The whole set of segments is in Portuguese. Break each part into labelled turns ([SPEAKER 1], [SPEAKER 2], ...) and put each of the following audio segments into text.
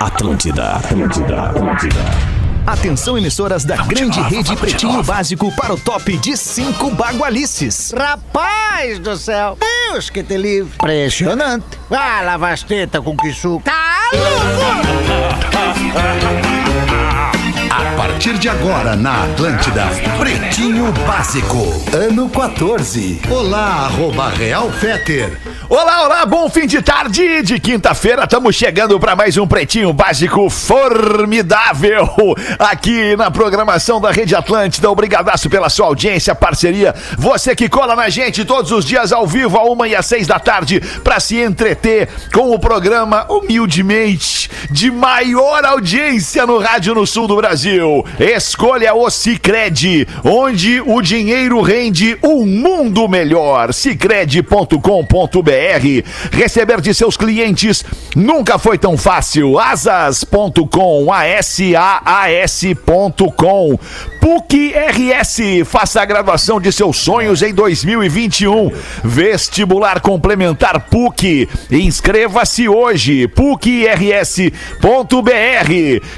[SPEAKER 1] Atlântida, Atlântida, Atlântida.
[SPEAKER 2] Atenção, emissoras da grande rede Pretinho Básico para o top de 5 bagualices.
[SPEAKER 3] Rapaz do céu! Deus que te livre! Impressionante! Ah, lava as tetas com que suco! Tá louco!
[SPEAKER 4] A partir de agora na Atlântida, Pretinho Básico, ano 14. Olá, arroba Real Feter.
[SPEAKER 5] Olá, olá, bom fim de tarde de quinta-feira. Estamos chegando para mais um Pretinho Básico formidável aqui na programação da Rede Atlântida. Obrigadaço pela sua audiência, parceria. Você que cola na gente todos os dias ao vivo, a uma e às seis da tarde, para se entreter com o programa humildemente de maior audiência no rádio no sul do Brasil. Escolha o Cicred, onde o dinheiro rende um mundo melhor. Cicred.com.br. Receber de seus clientes nunca foi tão fácil. Asas.com, A-S-A-A-S.com. PUC RS, faça a graduação de seus sonhos em 2021. Vestibular complementar PUC. Inscreva-se hoje. PUCRS.br.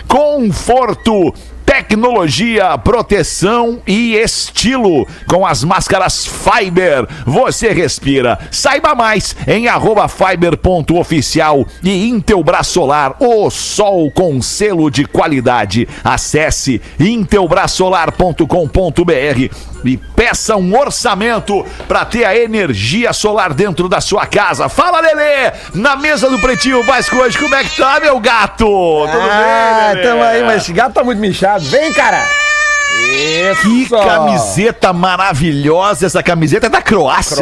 [SPEAKER 5] Conforto. Tecnologia, proteção e estilo com as máscaras Fiber. Você respira. Saiba mais em arroba fiber.oficial e Intelbras Solar, o sol com selo de qualidade. Acesse intelbrasolar.com.br e peça um orçamento para ter a energia solar dentro da sua casa. Fala, Lelê! Na mesa do Pretinho Básico hoje, como é que tá, meu gato? Tudo
[SPEAKER 6] Ah,
[SPEAKER 5] Lelê?
[SPEAKER 6] tamo aí, mas esse gato tá muito michado. Vem, cara! Isso!
[SPEAKER 5] Que camiseta maravilhosa! Essa camiseta é da Croácia,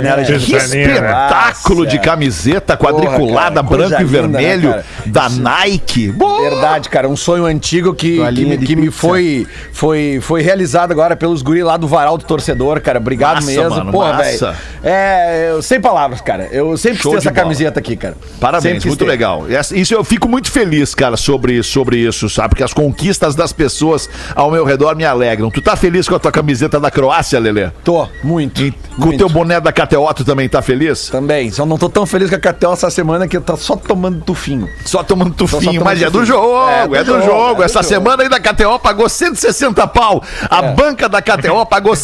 [SPEAKER 5] né,
[SPEAKER 6] né,
[SPEAKER 5] Lelê?
[SPEAKER 6] Alexandre?
[SPEAKER 5] Que espetáculo
[SPEAKER 6] Croácia.
[SPEAKER 5] de camiseta quadriculada,
[SPEAKER 6] cara, coisa
[SPEAKER 5] branco e
[SPEAKER 6] linda, né,
[SPEAKER 5] vermelho,
[SPEAKER 6] cara?
[SPEAKER 5] da Nike. Boa!
[SPEAKER 6] Verdade, cara, um sonho antigo que, que,
[SPEAKER 5] Toalhinha
[SPEAKER 6] me,
[SPEAKER 5] de
[SPEAKER 6] que me
[SPEAKER 5] pizza.
[SPEAKER 6] foi, foi, foi realizado agora pelos guri lá do Varal do Torcedor, cara. Obrigado
[SPEAKER 5] Massa,
[SPEAKER 6] mesmo.
[SPEAKER 5] mano,
[SPEAKER 6] Porra,
[SPEAKER 5] massa.
[SPEAKER 6] velho. É, eu- sem palavras, cara. Eu sempre
[SPEAKER 5] Show
[SPEAKER 6] quis
[SPEAKER 5] de
[SPEAKER 6] ter essa
[SPEAKER 5] bola.
[SPEAKER 6] camiseta aqui, cara. Sempre
[SPEAKER 5] Parabéns,
[SPEAKER 6] quis
[SPEAKER 5] muito
[SPEAKER 6] ter.
[SPEAKER 5] legal. Essa- Isso eu fico muito feliz, cara, sobre, sobre isso, sabe? Porque as conquistas das pessoas ao meu redor me alegram. Tu tá feliz com a tua camiseta da Croácia, Lelê?
[SPEAKER 6] Tô, muito.
[SPEAKER 5] Com o
[SPEAKER 6] muito.
[SPEAKER 5] teu boné da KTO, tu também tá feliz?
[SPEAKER 6] Também. Só não tô tão feliz com a Catel essa semana que tá só tomando tufinho.
[SPEAKER 5] Só tomando
[SPEAKER 6] Só
[SPEAKER 5] tufinho,
[SPEAKER 6] tomando
[SPEAKER 5] mas é do
[SPEAKER 6] tufinho.
[SPEAKER 5] jogo, é do, jogo.
[SPEAKER 6] é do
[SPEAKER 5] Essa
[SPEAKER 6] jogo. É.
[SPEAKER 5] semana aí da KTO pagou 160 pau. A banca da KTO pagou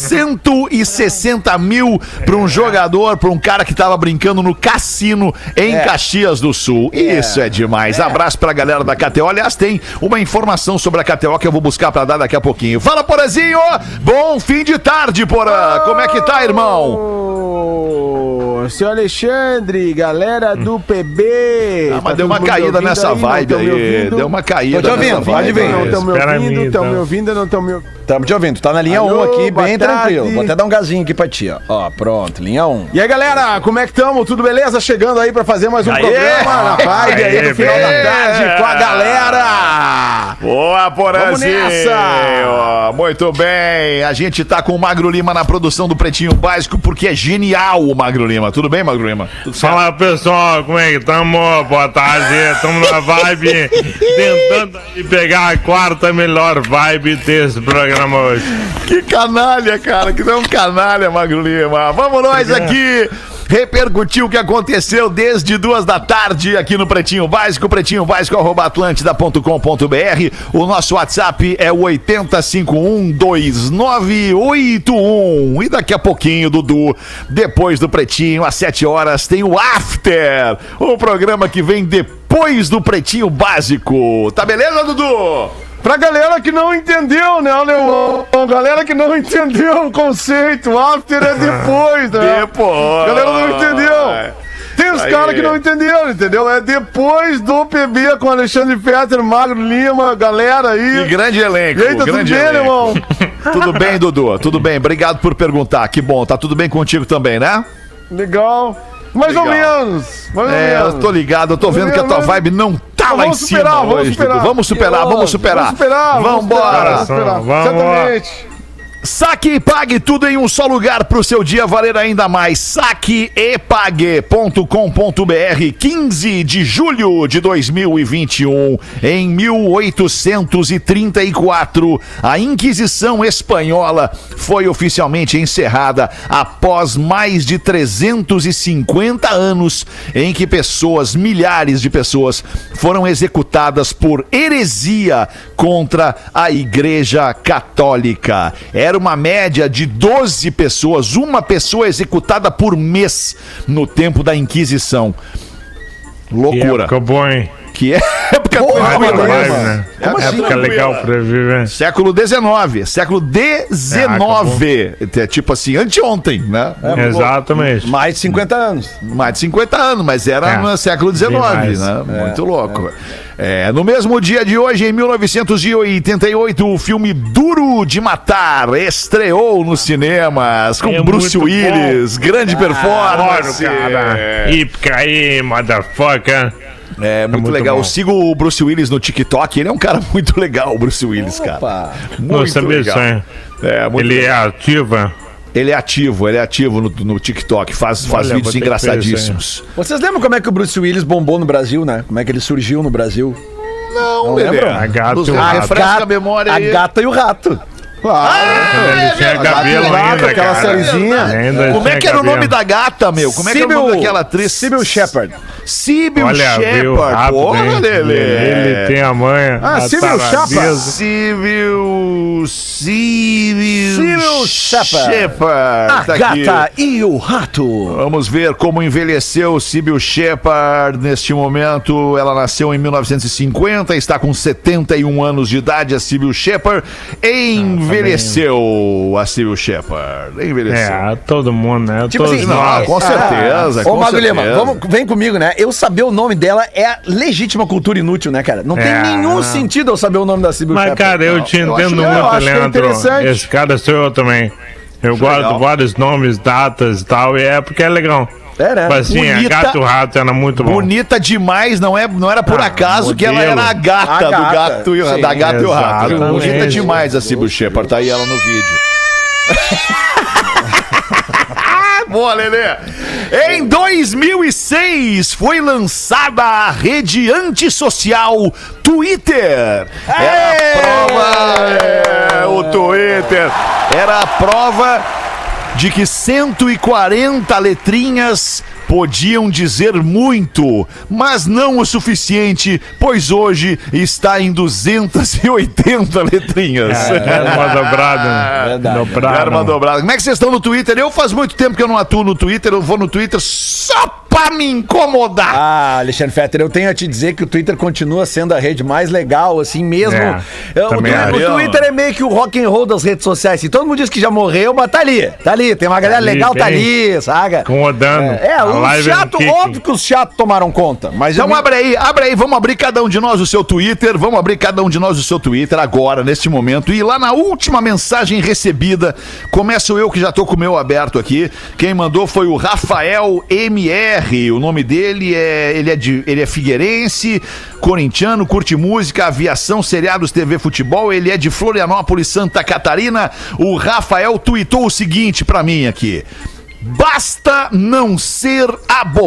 [SPEAKER 5] 160 mil pra um jogador, pra um cara que tava brincando no cassino em
[SPEAKER 6] É.
[SPEAKER 5] Caxias do Sul. Isso é demais. Abraço pra galera da KTO. Aliás, tem uma informação sobre a KTO que eu vou buscar pra dar daqui a pouquinho. Fala, Porazinho! Bom fim de tarde, Porã! Como é que tá, irmão?
[SPEAKER 7] Ô, Seu Alexandre, galera do PB.
[SPEAKER 5] Ah,
[SPEAKER 7] Tá
[SPEAKER 5] mas deu
[SPEAKER 7] todo
[SPEAKER 5] uma
[SPEAKER 7] mundo me
[SPEAKER 5] caída
[SPEAKER 7] ouvindo
[SPEAKER 5] nessa
[SPEAKER 7] aí? Não
[SPEAKER 5] vibe
[SPEAKER 7] tão me
[SPEAKER 5] aí.
[SPEAKER 7] ouvindo? Tá
[SPEAKER 5] Deu uma caída.
[SPEAKER 6] Tô te ouvindo,
[SPEAKER 5] nessa
[SPEAKER 6] pode
[SPEAKER 5] vibe.
[SPEAKER 6] vir.
[SPEAKER 7] Não estão me
[SPEAKER 8] Espera
[SPEAKER 7] ouvindo,
[SPEAKER 8] aí,
[SPEAKER 7] estão
[SPEAKER 8] então.
[SPEAKER 7] me ouvindo, não estão me ouvindo.
[SPEAKER 6] Tamo te ouvindo. Tá na linha 1
[SPEAKER 7] Alô,
[SPEAKER 6] aqui, bem
[SPEAKER 7] boa
[SPEAKER 6] tranquilo.
[SPEAKER 7] tarde.
[SPEAKER 6] Vou até dar um gazinho aqui pra ti, ó. Ó, pronto, linha 1.
[SPEAKER 7] E aí, galera, como é que estamos? Tudo beleza? Chegando aí pra fazer mais um programa na vibe aí
[SPEAKER 8] Aê,
[SPEAKER 7] do final da
[SPEAKER 8] bem.
[SPEAKER 7] tarde com a galera.
[SPEAKER 5] Boa,
[SPEAKER 7] Vamos
[SPEAKER 5] Porazinho!
[SPEAKER 7] nessa!
[SPEAKER 5] Muito bem, a gente tá com o Magro Lima na produção do Pretinho Básico, porque é genial o Magro Lima. Tudo bem, Magro Lima?
[SPEAKER 8] Fala pessoal, como é que tamo? Boa tarde, tamo na vibe, tentando aí pegar a quarta melhor vibe desse programa hoje.
[SPEAKER 5] Que canalha, cara, que não é um canalha, Magro Lima. Vamos nós
[SPEAKER 7] É.
[SPEAKER 5] aqui repercutir o que aconteceu desde duas da tarde aqui no Pretinho Básico, pretinho básico O nosso WhatsApp é o 80512981. E daqui a pouquinho, Dudu, depois do Pretinho, às 7 horas, tem o After, o programa que vem depois do Pretinho Básico. Tá beleza, Dudu?
[SPEAKER 7] Pra galera que não entendeu, né, Leon? Galera que não entendeu o conceito, after é depois, né?
[SPEAKER 5] Depois.
[SPEAKER 7] A galera não entendeu. Tem os
[SPEAKER 5] Ah, Aí.
[SPEAKER 7] caras que não entenderam, entendeu? É depois do PB com Alexandre Fetter, Magro Lima, galera
[SPEAKER 5] E
[SPEAKER 7] aí.
[SPEAKER 5] grande elenco.
[SPEAKER 7] E aí, tá tudo
[SPEAKER 5] grande
[SPEAKER 7] bem,
[SPEAKER 5] elenco.
[SPEAKER 7] irmão?
[SPEAKER 5] Tudo bem, Dudu? Tudo bem. Obrigado por perguntar. Que bom. Tá tudo bem contigo também, né?
[SPEAKER 7] Legal. Mais ou
[SPEAKER 5] Legal.
[SPEAKER 7] menos. Mais
[SPEAKER 5] É,
[SPEAKER 7] ou
[SPEAKER 5] eu tô
[SPEAKER 7] menos.
[SPEAKER 5] ligado. Eu tô vendo que a tua vibe não tá lá em
[SPEAKER 7] Tá Vamos
[SPEAKER 5] cima
[SPEAKER 7] superar, vamos
[SPEAKER 5] hoje, Dudu.
[SPEAKER 7] superar.
[SPEAKER 5] Vamos superar, vamos superar.
[SPEAKER 7] Vamos superar,
[SPEAKER 5] Vambora.
[SPEAKER 7] Vamos superar.
[SPEAKER 8] Vamos lá.
[SPEAKER 7] Exatamente.
[SPEAKER 5] Saque e pague tudo em um só lugar para o seu dia valer ainda mais. Saqueepague.com.br 15 de julho de 2021, em 1834, a Inquisição Espanhola foi oficialmente encerrada após mais de 350 anos em que pessoas, milhares de pessoas, foram executadas por heresia contra a Igreja Católica. Era uma média de 12 pessoas, uma pessoa executada por mês no tempo da Inquisição. Loucura.
[SPEAKER 8] Época boa, hein?
[SPEAKER 5] Que é época
[SPEAKER 8] Época
[SPEAKER 5] tranquila.
[SPEAKER 8] live, né?
[SPEAKER 5] assim?
[SPEAKER 8] Época legal pra viver.
[SPEAKER 5] É, Século XIX, século XIX, é tipo assim, anteontem, né?
[SPEAKER 8] Exatamente.
[SPEAKER 6] Mais de 50 anos.
[SPEAKER 5] mais de 50 anos, mas era
[SPEAKER 8] É.
[SPEAKER 5] no século XIX,
[SPEAKER 8] Demais.
[SPEAKER 5] né? Muito louco. É, no mesmo dia de hoje, em 1988, o filme Duro de Matar estreou nos cinemas com
[SPEAKER 8] É
[SPEAKER 5] Bruce
[SPEAKER 8] muito
[SPEAKER 5] Willis. Grande
[SPEAKER 8] Claro,
[SPEAKER 5] performance.
[SPEAKER 8] cara. Ipca aí, motherfucker.
[SPEAKER 5] É muito,
[SPEAKER 8] muito
[SPEAKER 5] legal.
[SPEAKER 8] bom.
[SPEAKER 5] Eu sigo o Bruce Willis no TikTok. Ele é um cara muito legal, o Bruce Willis, cara. Muito
[SPEAKER 8] Não sabia isso, hein?
[SPEAKER 5] É, muito
[SPEAKER 8] Ele é ativa.
[SPEAKER 5] Ele é ativo, ele é ativo no, no TikTok, faz, faz
[SPEAKER 8] Olha, vou
[SPEAKER 5] vídeos
[SPEAKER 8] ter que ver isso aí.
[SPEAKER 5] engraçadíssemos.
[SPEAKER 6] Vocês lembram como é que o Bruce Willis bombou no Brasil, né? Como é que ele surgiu no Brasil?
[SPEAKER 5] Não, lembra?
[SPEAKER 8] A gata
[SPEAKER 5] Nos
[SPEAKER 8] e o rato.
[SPEAKER 5] refresca
[SPEAKER 6] Gata-
[SPEAKER 5] a memória
[SPEAKER 6] A
[SPEAKER 5] aí.
[SPEAKER 6] gata e o rato. Ah!
[SPEAKER 8] Ele tinha cabelo
[SPEAKER 7] Gato,
[SPEAKER 8] ainda,
[SPEAKER 7] aquela
[SPEAKER 8] cara.
[SPEAKER 7] sériezinha.
[SPEAKER 8] Ainda
[SPEAKER 5] Como é
[SPEAKER 8] tinha
[SPEAKER 5] que era o nome
[SPEAKER 8] cabelo.
[SPEAKER 5] da gata, meu? Como é que era o nome
[SPEAKER 6] Sybil-
[SPEAKER 5] daquela atriz?
[SPEAKER 6] Sybil Shepherd.
[SPEAKER 5] Sibyl
[SPEAKER 8] Olha, viu?
[SPEAKER 5] Shepard.
[SPEAKER 8] Rápido,
[SPEAKER 5] Porra,
[SPEAKER 8] hein?
[SPEAKER 5] Lele.
[SPEAKER 8] Ele tem a manha. Tá
[SPEAKER 7] Ah,
[SPEAKER 8] a
[SPEAKER 7] Sibyl Chapa.
[SPEAKER 8] taradeza.
[SPEAKER 5] Sibyl... Sibyl...
[SPEAKER 6] Sybil Shepherd. A
[SPEAKER 5] Shepard. Tá aqui.
[SPEAKER 6] gata e o rato.
[SPEAKER 5] Vamos ver como envelheceu Sibyl Shepard neste momento. Ela nasceu em 1950, está com 71 anos de idade, a Sibyl Shepard.
[SPEAKER 8] Ah, tá
[SPEAKER 5] Envelheceu a Sibyl Shepard. Envelheceu.
[SPEAKER 8] É, todo mundo, né?
[SPEAKER 6] Tipo
[SPEAKER 8] Todos
[SPEAKER 6] assim,
[SPEAKER 5] Ah,
[SPEAKER 8] nós.
[SPEAKER 5] com certeza,
[SPEAKER 6] Ô,
[SPEAKER 5] com
[SPEAKER 6] Mago
[SPEAKER 5] certeza.
[SPEAKER 6] Lima, vamos, vem comigo, né? Eu saber o nome dela é a legítima cultura inútil, né, cara? Não tem
[SPEAKER 8] É,
[SPEAKER 6] nenhum
[SPEAKER 8] não.
[SPEAKER 6] sentido eu saber o nome da Sibyl
[SPEAKER 8] Mas,
[SPEAKER 6] Shepherd.
[SPEAKER 8] cara, eu te
[SPEAKER 5] eu acho
[SPEAKER 8] entendo
[SPEAKER 5] legal,
[SPEAKER 8] muito,
[SPEAKER 7] acho que é
[SPEAKER 8] Leandro.
[SPEAKER 7] interessante.
[SPEAKER 8] Esse cara sou eu também. Eu guardo
[SPEAKER 5] legal.
[SPEAKER 8] vários nomes, datas e tal, e é porque é legal.
[SPEAKER 6] É, né?
[SPEAKER 8] Tipo assim,
[SPEAKER 5] Bonita-
[SPEAKER 8] a gato e o rato era muito bom.
[SPEAKER 5] Bonita demais, não, é, não era por
[SPEAKER 8] Ah,
[SPEAKER 5] acaso que ela
[SPEAKER 8] modelo.
[SPEAKER 5] era a gata,
[SPEAKER 6] A
[SPEAKER 5] do
[SPEAKER 6] gata,
[SPEAKER 5] gato e, o-
[SPEAKER 6] sim,
[SPEAKER 5] da gata e o rato.
[SPEAKER 8] exatamente.
[SPEAKER 5] Bonita demais a Sibyl Shepard, tá aí ela no vídeo. Boa, Lelê! Em 2006 foi lançada a rede antissocial Twitter. Era a prova, é, o Twitter era a prova de que 140 letrinhas podiam dizer muito, mas não o suficiente, pois hoje está em 280 letrinhas.
[SPEAKER 8] É, era uma dobrada. né?
[SPEAKER 6] Verdade.
[SPEAKER 8] Dobrada.
[SPEAKER 5] Arma dobrada. Como é que vocês estão no Twitter? Eu faz muito tempo que eu não atuo no Twitter, eu vou no Twitter só pra me incomodar.
[SPEAKER 6] Ah, Alexandre Fetter, eu tenho a te dizer que o Twitter continua sendo a rede mais legal, assim mesmo.
[SPEAKER 8] É,
[SPEAKER 6] É, o,
[SPEAKER 8] também
[SPEAKER 6] Twi- o
[SPEAKER 5] acho.
[SPEAKER 6] Twitter é meio que o rock and roll das redes sociais. Assim, todo mundo diz que já morreu, mas tá ali. Tá ali, tem uma galera
[SPEAKER 8] ali,
[SPEAKER 6] legal, tá
[SPEAKER 8] bem.
[SPEAKER 6] ali, saca?
[SPEAKER 8] Incomodando.
[SPEAKER 6] É, é
[SPEAKER 8] A
[SPEAKER 6] o
[SPEAKER 8] live é um
[SPEAKER 6] chato,
[SPEAKER 8] kick.
[SPEAKER 6] óbvio que os chatos tomaram conta. Mas
[SPEAKER 5] Então
[SPEAKER 6] eu
[SPEAKER 5] abre aí, abre aí, vamos abrir cada um de nós o seu Twitter, vamos abrir cada um de nós o seu Twitter agora, neste momento. E lá na última mensagem recebida, começo eu que já tô com o meu aberto aqui. Quem mandou foi o Rafael MR. O nome dele é. Ele é, de, ele é figueirense, corintiano, curte música, aviação, seriados, TV, futebol. Ele é de Florianópolis, Santa Catarina. O Rafael tuitou o seguinte pra mim aqui. Basta não ser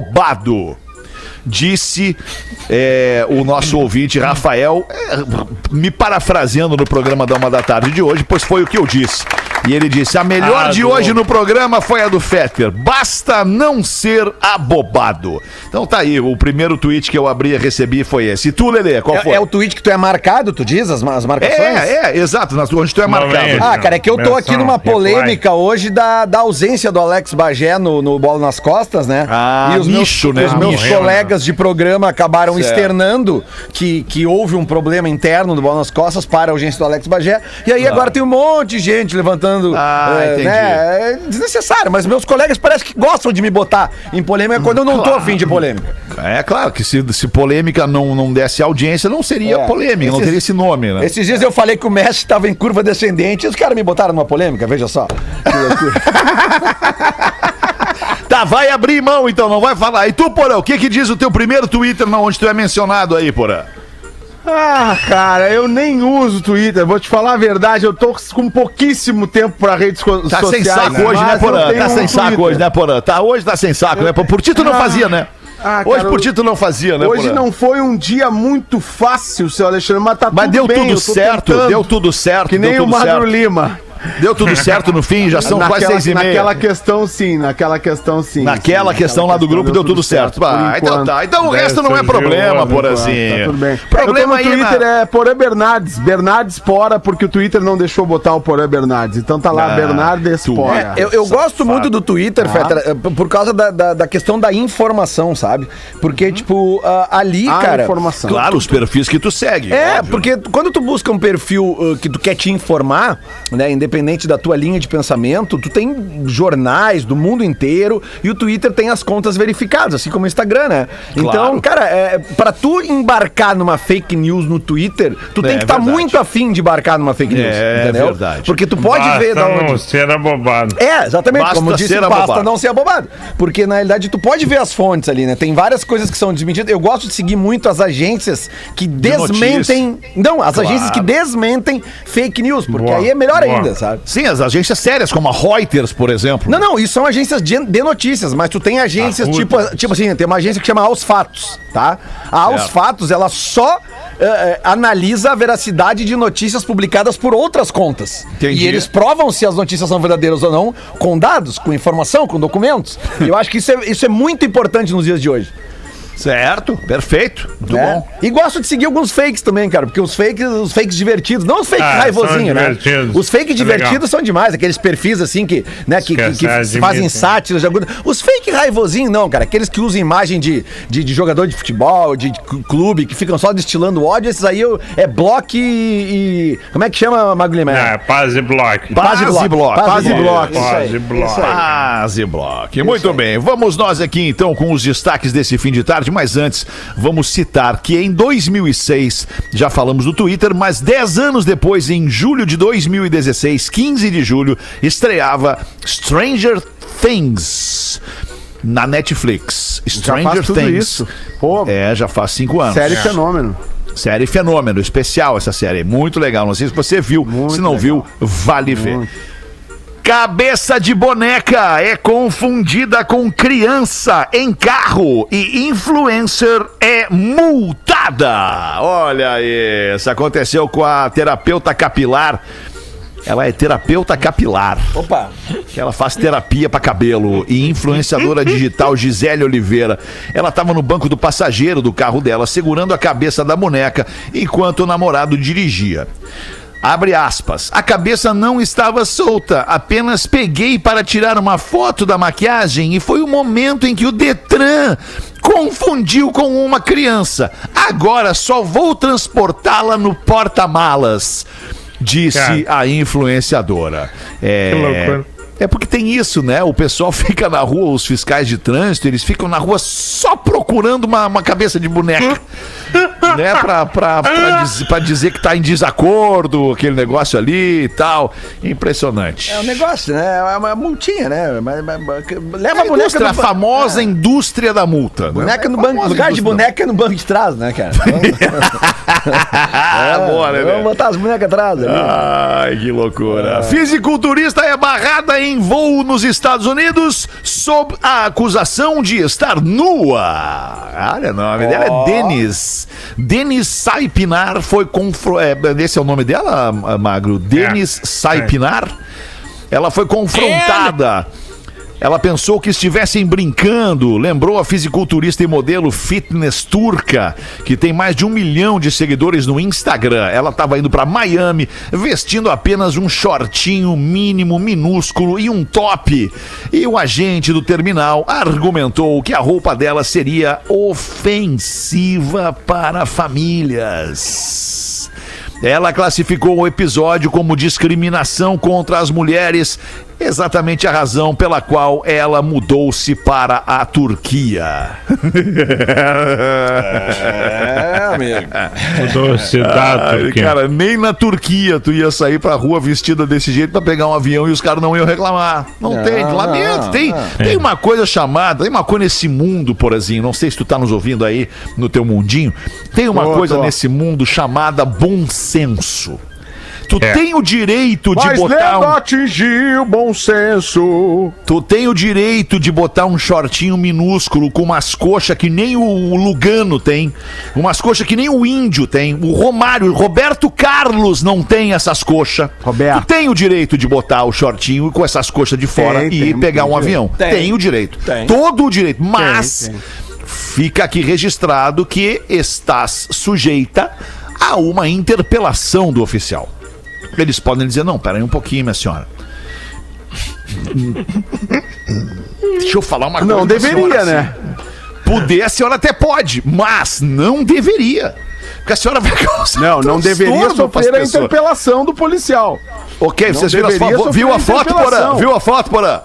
[SPEAKER 5] abobado disse é, o nosso ouvinte Rafael, é, me parafraseando no programa da Uma da Tarde de hoje, pois foi o que eu disse. E ele disse: a melhor
[SPEAKER 8] Ah,
[SPEAKER 5] de
[SPEAKER 8] do-
[SPEAKER 5] hoje no programa foi a do Fetter. Basta não ser abobado. Então tá aí, o primeiro tweet que eu abri e recebi foi esse. E tu, Lelê, qual
[SPEAKER 6] é,
[SPEAKER 5] foi?
[SPEAKER 6] é o tweet que tu é marcado, tu diz, as, ma- as marcações?
[SPEAKER 5] é, é, exato, nas- onde tu é
[SPEAKER 8] Não,
[SPEAKER 5] marcado.
[SPEAKER 8] é.
[SPEAKER 5] Ah,
[SPEAKER 6] Ah, cara, é que eu tô aqui
[SPEAKER 8] Menção,
[SPEAKER 6] numa
[SPEAKER 8] reply.
[SPEAKER 6] polêmica hoje da, da ausência do Alex Bagé no, no Bola nas Costas, né?
[SPEAKER 5] Ah, nicho, né?
[SPEAKER 6] Os meus
[SPEAKER 8] Morreu,
[SPEAKER 6] colegas de programa acabaram externando que, que houve um problema interno do Bola nas Costas para a ausência do Alex Bagé. E aí agora tem um monte de gente levantando.
[SPEAKER 5] Tá. Ah,
[SPEAKER 6] eh,
[SPEAKER 5] entendi.
[SPEAKER 6] né? É desnecessário, mas meus colegas parece que gostam de me botar em polêmica quando eu não tô afim de polêmica.
[SPEAKER 5] É claro que se, se polêmica não, não desse audiência, não seria
[SPEAKER 6] É.
[SPEAKER 5] polêmica, não
[SPEAKER 6] Esses-
[SPEAKER 5] teria esse nome, né?
[SPEAKER 6] Esses dias eu falei que o Messi estava em curva descendente e os caras me botaram numa polêmica, veja só. Que loucura.
[SPEAKER 5] Tá, vai abrir mão então, não vai falar. E tu, Porã, o que que diz o teu primeiro Twitter não, onde tu é mencionado aí, Porã?
[SPEAKER 7] Ah, cara, eu nem uso Twitter. Vou te falar a verdade, eu tô com pouquíssimo tempo pra redes so
[SPEAKER 5] Tá sem
[SPEAKER 7] sociais.
[SPEAKER 5] saco hoje, né,
[SPEAKER 7] mas eu
[SPEAKER 5] Porã?
[SPEAKER 7] tenho
[SPEAKER 5] Tá
[SPEAKER 7] um
[SPEAKER 5] sem saco
[SPEAKER 7] Twitter.
[SPEAKER 5] hoje, né, Porã? Tá, hoje tá sem saco, né? Por ti tu não fazia, né?
[SPEAKER 7] Ah, cara,
[SPEAKER 5] Hoje por ti tu não fazia, né,
[SPEAKER 7] Hoje
[SPEAKER 5] Porã?
[SPEAKER 7] não foi um dia muito fácil, seu Alexandre, mas tá
[SPEAKER 5] Mas
[SPEAKER 7] tudo
[SPEAKER 5] deu
[SPEAKER 7] bem,
[SPEAKER 5] tudo
[SPEAKER 7] eu tô
[SPEAKER 5] certo,
[SPEAKER 7] tentando.
[SPEAKER 5] deu tudo certo,
[SPEAKER 7] Que nem
[SPEAKER 5] deu
[SPEAKER 7] o
[SPEAKER 5] tudo
[SPEAKER 7] Magro
[SPEAKER 5] certo.
[SPEAKER 7] Lima.
[SPEAKER 5] Deu tudo certo no fim, já são quase seis e meia.
[SPEAKER 7] naquela questão sim, naquela questão sim.
[SPEAKER 5] Naquela
[SPEAKER 7] sim,
[SPEAKER 5] questão lá do
[SPEAKER 7] questão
[SPEAKER 5] grupo deu tudo certo.
[SPEAKER 7] por
[SPEAKER 5] Ah, então
[SPEAKER 7] enquanto.
[SPEAKER 5] tá. Então o
[SPEAKER 8] Deve
[SPEAKER 5] resto não é
[SPEAKER 8] ser
[SPEAKER 5] problema,
[SPEAKER 8] Gil,
[SPEAKER 5] Porazinho.
[SPEAKER 7] Tá tudo bem.
[SPEAKER 5] Problema
[SPEAKER 7] eu tô
[SPEAKER 5] aí né?
[SPEAKER 7] no Twitter
[SPEAKER 5] na...
[SPEAKER 7] é Porã Bernardes. Bernardes Pora, porque o Twitter não deixou botar o Porã Bernardes. Então tá lá,
[SPEAKER 5] Ah,
[SPEAKER 7] Bernardes
[SPEAKER 5] tu É,
[SPEAKER 7] Pora.
[SPEAKER 6] É, Eu, eu gosto muito do Twitter,
[SPEAKER 5] Ah.
[SPEAKER 6] Fetra, eh, p- por causa da, da, da questão da informação, sabe? Porque,
[SPEAKER 5] Uhum.
[SPEAKER 6] tipo, ah, ali,
[SPEAKER 7] Ah,
[SPEAKER 6] cara.
[SPEAKER 7] informação.
[SPEAKER 5] Claro, os perfis que tu segue.
[SPEAKER 6] É,
[SPEAKER 5] óbvio.
[SPEAKER 6] porque quando tu busca um perfil uh, que tu quer te informar, né, independente da tua linha de pensamento, tu tem jornais do mundo inteiro e o Twitter tem as contas verificadas, assim como o Instagram, né? Então, cara, é, para tu embarcar numa fake news no Twitter, tu tem que estar
[SPEAKER 5] É verdade.
[SPEAKER 6] muito afim de embarcar numa fake news,
[SPEAKER 5] É
[SPEAKER 6] entendeu?
[SPEAKER 5] verdade.
[SPEAKER 6] Porque tu pode
[SPEAKER 8] Basta
[SPEAKER 6] ver da onde...
[SPEAKER 8] não ser abobado.
[SPEAKER 6] É, exatamente.
[SPEAKER 5] Basta
[SPEAKER 6] Como eu disse,
[SPEAKER 5] ser
[SPEAKER 6] basta
[SPEAKER 5] abobado.
[SPEAKER 6] não ser abobado. Porque, na realidade, tu pode ver as fontes ali, né? Tem várias coisas que são desmentidas. Eu gosto de seguir muito as agências que desmentem. Não, as agências que desmentem fake news, porque
[SPEAKER 8] Boa,
[SPEAKER 6] aí é melhor
[SPEAKER 8] boa.
[SPEAKER 6] ainda, sabe?
[SPEAKER 5] Sim, as agências sérias, como a Reuters, por exemplo.
[SPEAKER 6] Não, não, isso são agências de, de notícias, mas tu tem agências
[SPEAKER 8] Ah, puta.
[SPEAKER 6] tipo, tipo assim, tem uma agência que chama Aos Fatos, tá? A Aos
[SPEAKER 5] Certo.
[SPEAKER 6] Fatos, ela só eh, eh, analisa a veracidade de notícias publicadas por outras contas.
[SPEAKER 5] Entendi.
[SPEAKER 6] E eles provam se as notícias são verdadeiras ou não com dados, com informação, com documentos. Eu acho que isso é, isso é muito importante nos dias de hoje.
[SPEAKER 5] Certo, perfeito. Muito
[SPEAKER 6] né?
[SPEAKER 5] bom.
[SPEAKER 6] E gosto de seguir alguns fakes também, cara, porque os fakes, os fakes divertidos, não os fakes
[SPEAKER 8] Ah,
[SPEAKER 6] raivosinhos,
[SPEAKER 8] são
[SPEAKER 6] né?
[SPEAKER 8] divertidos.
[SPEAKER 6] Os fakes
[SPEAKER 8] É
[SPEAKER 6] divertidos
[SPEAKER 8] legal.
[SPEAKER 6] são demais, aqueles perfis assim que, né, que, que,
[SPEAKER 8] Esquece,
[SPEAKER 6] que
[SPEAKER 8] ah,
[SPEAKER 6] fazem
[SPEAKER 8] admito.
[SPEAKER 6] sátiras de algum... Os fake raivosinhos não, cara, aqueles que usam imagem de, de, de jogador de futebol, de cl- clube, que ficam só destilando ódio, esses aí eu- é bloco e, e- como é que chama, Magulhema?
[SPEAKER 8] É, paz e bloco.
[SPEAKER 5] Paz e bloco.
[SPEAKER 6] Paz e bloco. isso aí.
[SPEAKER 8] Paz e bloco.
[SPEAKER 5] Quase bloco. Muito bem, vamos nós aqui então com os destaques desse fim de tarde, mas antes vamos citar que em 2006 já falamos do Twitter, mas 10 anos depois, em julho de 2016, 15 de julho, estreava Stranger Things na Netflix. Stranger
[SPEAKER 7] faz tudo
[SPEAKER 5] Things.
[SPEAKER 7] isso. Pô,
[SPEAKER 5] É, já faz cinco anos.
[SPEAKER 7] sério é fenômeno.
[SPEAKER 5] Série fenômeno, especial essa série. Muito legal. Não sei se você viu. se não viu, vale ver. Cabeça de boneca é confundida com criança em carro e influencer é multada. Olha isso. Aconteceu com a terapeuta capilar. Ela é terapeuta capilar.
[SPEAKER 6] Opa,
[SPEAKER 5] Que ela faz terapia pra cabelo e influenciadora digital Gisele Oliveira. Ela estava no banco do passageiro do carro dela, segurando a cabeça da boneca enquanto o namorado dirigia. Abre aspas. A cabeça não estava solta, apenas peguei para tirar uma foto da maquiagem e foi o momento em que o Detran confundiu com uma criança. Agora só vou transportá-la no porta-malas, disse
[SPEAKER 8] Cara.
[SPEAKER 5] a influenciadora. É,
[SPEAKER 8] Que loucura.
[SPEAKER 5] é porque tem isso, né? O pessoal fica na rua, os fiscais de trânsito, eles ficam na rua só procurando uma, uma cabeça de boneca. né? Pra, pra, pra, diz- pra dizer que tá em desacordo, aquele negócio ali e tal. Impressionante.
[SPEAKER 6] é um negócio, né? É uma multinha, né? Mas- mas- mas- leva
[SPEAKER 5] A,
[SPEAKER 6] a boneca...
[SPEAKER 5] indústria, a
[SPEAKER 6] do-
[SPEAKER 5] famosa indústria da multa. né?
[SPEAKER 6] É. Boneca no
[SPEAKER 5] Famosa
[SPEAKER 6] banco, lugar de
[SPEAKER 5] indústria.
[SPEAKER 6] boneca é no banco de trás, né, cara?
[SPEAKER 5] Ah, boa, né,
[SPEAKER 6] Vamos
[SPEAKER 5] velho?
[SPEAKER 6] botar as bonecas atrás ali.
[SPEAKER 5] Ai, que loucura. Fisiculturista é barrada em voo nos Estados Unidos sob a acusação de estar nua. Olha, o nome dela é Denis. Denis Saipinar foi confro... é, Esse é o nome dela, Magro? Denis Saipinar? Ela foi confrontada. Ela pensou que estivessem brincando. Lembrou a fisiculturista e modelo fitness turca, que tem mais de um milhão de seguidores no Instagram. Ela estava indo para Miami vestindo apenas um shortinho mínimo, minúsculo e um top. E o agente do terminal argumentou que a roupa dela seria ofensiva para famílias. Ela classificou o episódio como discriminação contra as mulheres Exatamente a razão pela qual ela mudou-se para a Turquia.
[SPEAKER 6] É, amigo.
[SPEAKER 8] Doce
[SPEAKER 5] Ah,
[SPEAKER 8] da Turquia.
[SPEAKER 5] cara, nem na Turquia tu ia sair pra rua vestida desse jeito pra pegar um avião e os caras não iam reclamar. Não, tem, lamento.
[SPEAKER 6] não,
[SPEAKER 5] tem, tem uma coisa chamada, tem uma coisa nesse mundo, porazinho. Não sei se tu tá nos ouvindo aí no teu mundinho. Tem uma
[SPEAKER 7] Tô,
[SPEAKER 5] coisa
[SPEAKER 7] tô.
[SPEAKER 5] nesse mundo chamada bom senso. Tu
[SPEAKER 8] É.
[SPEAKER 5] tem o direito de
[SPEAKER 7] Mas
[SPEAKER 5] botar
[SPEAKER 7] lendo
[SPEAKER 5] um,
[SPEAKER 7] atingir o bom senso.
[SPEAKER 5] tu tem o direito de botar um shortinho minúsculo com umas coxas que nem o Lugano tem, umas coxas que nem o índio tem, o Romário, o Roberto Carlos não tem essas coxas.
[SPEAKER 7] Roberto.
[SPEAKER 5] Tu tem o direito de botar o shortinho com essas coxas de fora
[SPEAKER 7] Tem,
[SPEAKER 5] e
[SPEAKER 7] tem,
[SPEAKER 5] pegar
[SPEAKER 7] tem
[SPEAKER 5] um avião.
[SPEAKER 6] Tem.
[SPEAKER 5] Tem, o direito.
[SPEAKER 6] Tem.
[SPEAKER 5] Todo o direito, mas fica aqui registrado que estás sujeita a uma interpelação do oficial. Eles podem dizer, não, peraí um pouquinho, minha senhora. Deixa eu falar uma coisa.
[SPEAKER 7] Não
[SPEAKER 5] pra senhora,
[SPEAKER 7] deveria,
[SPEAKER 5] assim.
[SPEAKER 7] né?
[SPEAKER 5] Poder, a senhora até pode, mas não deveria. Porque a senhora vai causar.
[SPEAKER 7] Não, não
[SPEAKER 5] transtorno
[SPEAKER 7] deveria
[SPEAKER 5] pras
[SPEAKER 7] sofrer a
[SPEAKER 5] pessoas.
[SPEAKER 7] interpelação do policial.
[SPEAKER 5] Ok, vocês viram as
[SPEAKER 7] deveria
[SPEAKER 5] fotos.
[SPEAKER 7] sofrer
[SPEAKER 5] Viu a foto, Porã?
[SPEAKER 7] interpelação.
[SPEAKER 5] Viu a foto, Porã?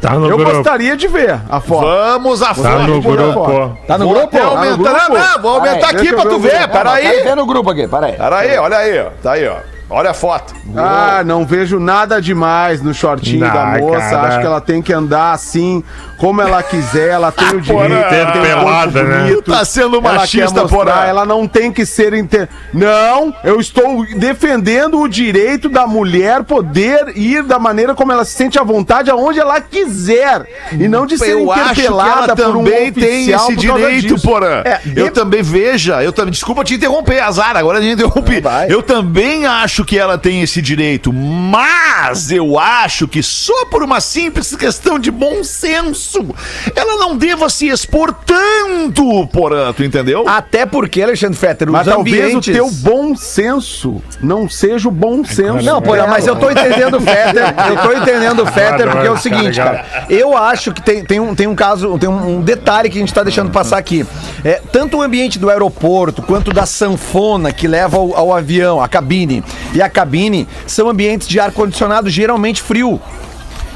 [SPEAKER 8] Tá no
[SPEAKER 7] Eu
[SPEAKER 8] grupo.
[SPEAKER 7] gostaria de ver a foto.
[SPEAKER 5] Vamos à
[SPEAKER 8] Tá
[SPEAKER 5] foto.
[SPEAKER 8] no
[SPEAKER 5] Porã.
[SPEAKER 8] grupo.
[SPEAKER 6] Tá no
[SPEAKER 5] Vou
[SPEAKER 6] grupo?
[SPEAKER 5] até aumentar.
[SPEAKER 7] grupo?
[SPEAKER 5] Não, não, vou aumentar
[SPEAKER 7] Peraí,
[SPEAKER 5] aqui
[SPEAKER 7] deixa
[SPEAKER 5] pra
[SPEAKER 7] eu
[SPEAKER 5] tu
[SPEAKER 7] ver o
[SPEAKER 5] ver.
[SPEAKER 7] grupo.
[SPEAKER 5] Peraí.
[SPEAKER 6] Tá no grupo aqui, peraí.
[SPEAKER 5] Peraí, olha aí. ó. Tá aí, ó. Olha a foto.
[SPEAKER 7] Ah, não vejo nada demais no shortinho
[SPEAKER 8] Não,
[SPEAKER 7] da moça.
[SPEAKER 8] cara.
[SPEAKER 7] Acho que ela tem que andar assim, como ela quiser. Ela tem o direito.
[SPEAKER 8] Porã.
[SPEAKER 7] Ela tem um corpo
[SPEAKER 8] Pelada, né?
[SPEAKER 7] bonito.
[SPEAKER 5] Tá sendo
[SPEAKER 7] Ela quer
[SPEAKER 5] machista,
[SPEAKER 7] mostrar,
[SPEAKER 5] Porã.
[SPEAKER 7] Ela não tem que ser inter... Não, eu estou defendendo o direito da mulher poder ir da maneira como ela se sente à vontade, aonde ela quiser. E não de ser
[SPEAKER 5] Eu acho que ela
[SPEAKER 7] é interpelada por um
[SPEAKER 5] também tem
[SPEAKER 7] oficial
[SPEAKER 5] esse
[SPEAKER 7] por causa
[SPEAKER 5] direito,
[SPEAKER 7] disso.
[SPEAKER 5] Porã.
[SPEAKER 7] É,
[SPEAKER 5] Eu também veja, eu também. Desculpa te interromper, azar, agora eu te
[SPEAKER 7] Ah,
[SPEAKER 5] interrompi.
[SPEAKER 6] vai.
[SPEAKER 5] Eu também acho que ela tem esse direito, mas eu acho que só por uma simples questão de bom senso, ela não deva se expor tanto, Porã, tu entendeu?
[SPEAKER 7] Ah,
[SPEAKER 6] Até porque, Alexandre Fetter, os
[SPEAKER 7] Mas talvez
[SPEAKER 6] ambientes...
[SPEAKER 7] o teu bom senso não seja o bom senso.
[SPEAKER 6] Não, porra,
[SPEAKER 7] dela.
[SPEAKER 6] mas eu tô entendendo o Fetter. Eu tô entendendo o Fetter,
[SPEAKER 8] Agora,
[SPEAKER 6] porque é o
[SPEAKER 8] tá
[SPEAKER 6] seguinte,
[SPEAKER 8] ligado.
[SPEAKER 6] cara. Eu acho que tem, tem, um, tem um caso, tem um, um detalhe que a gente tá deixando passar aqui. É, tanto o ambiente do aeroporto quanto da sanfona que leva ao, ao avião, a cabine. E a cabine são ambientes de ar-condicionado geralmente frio.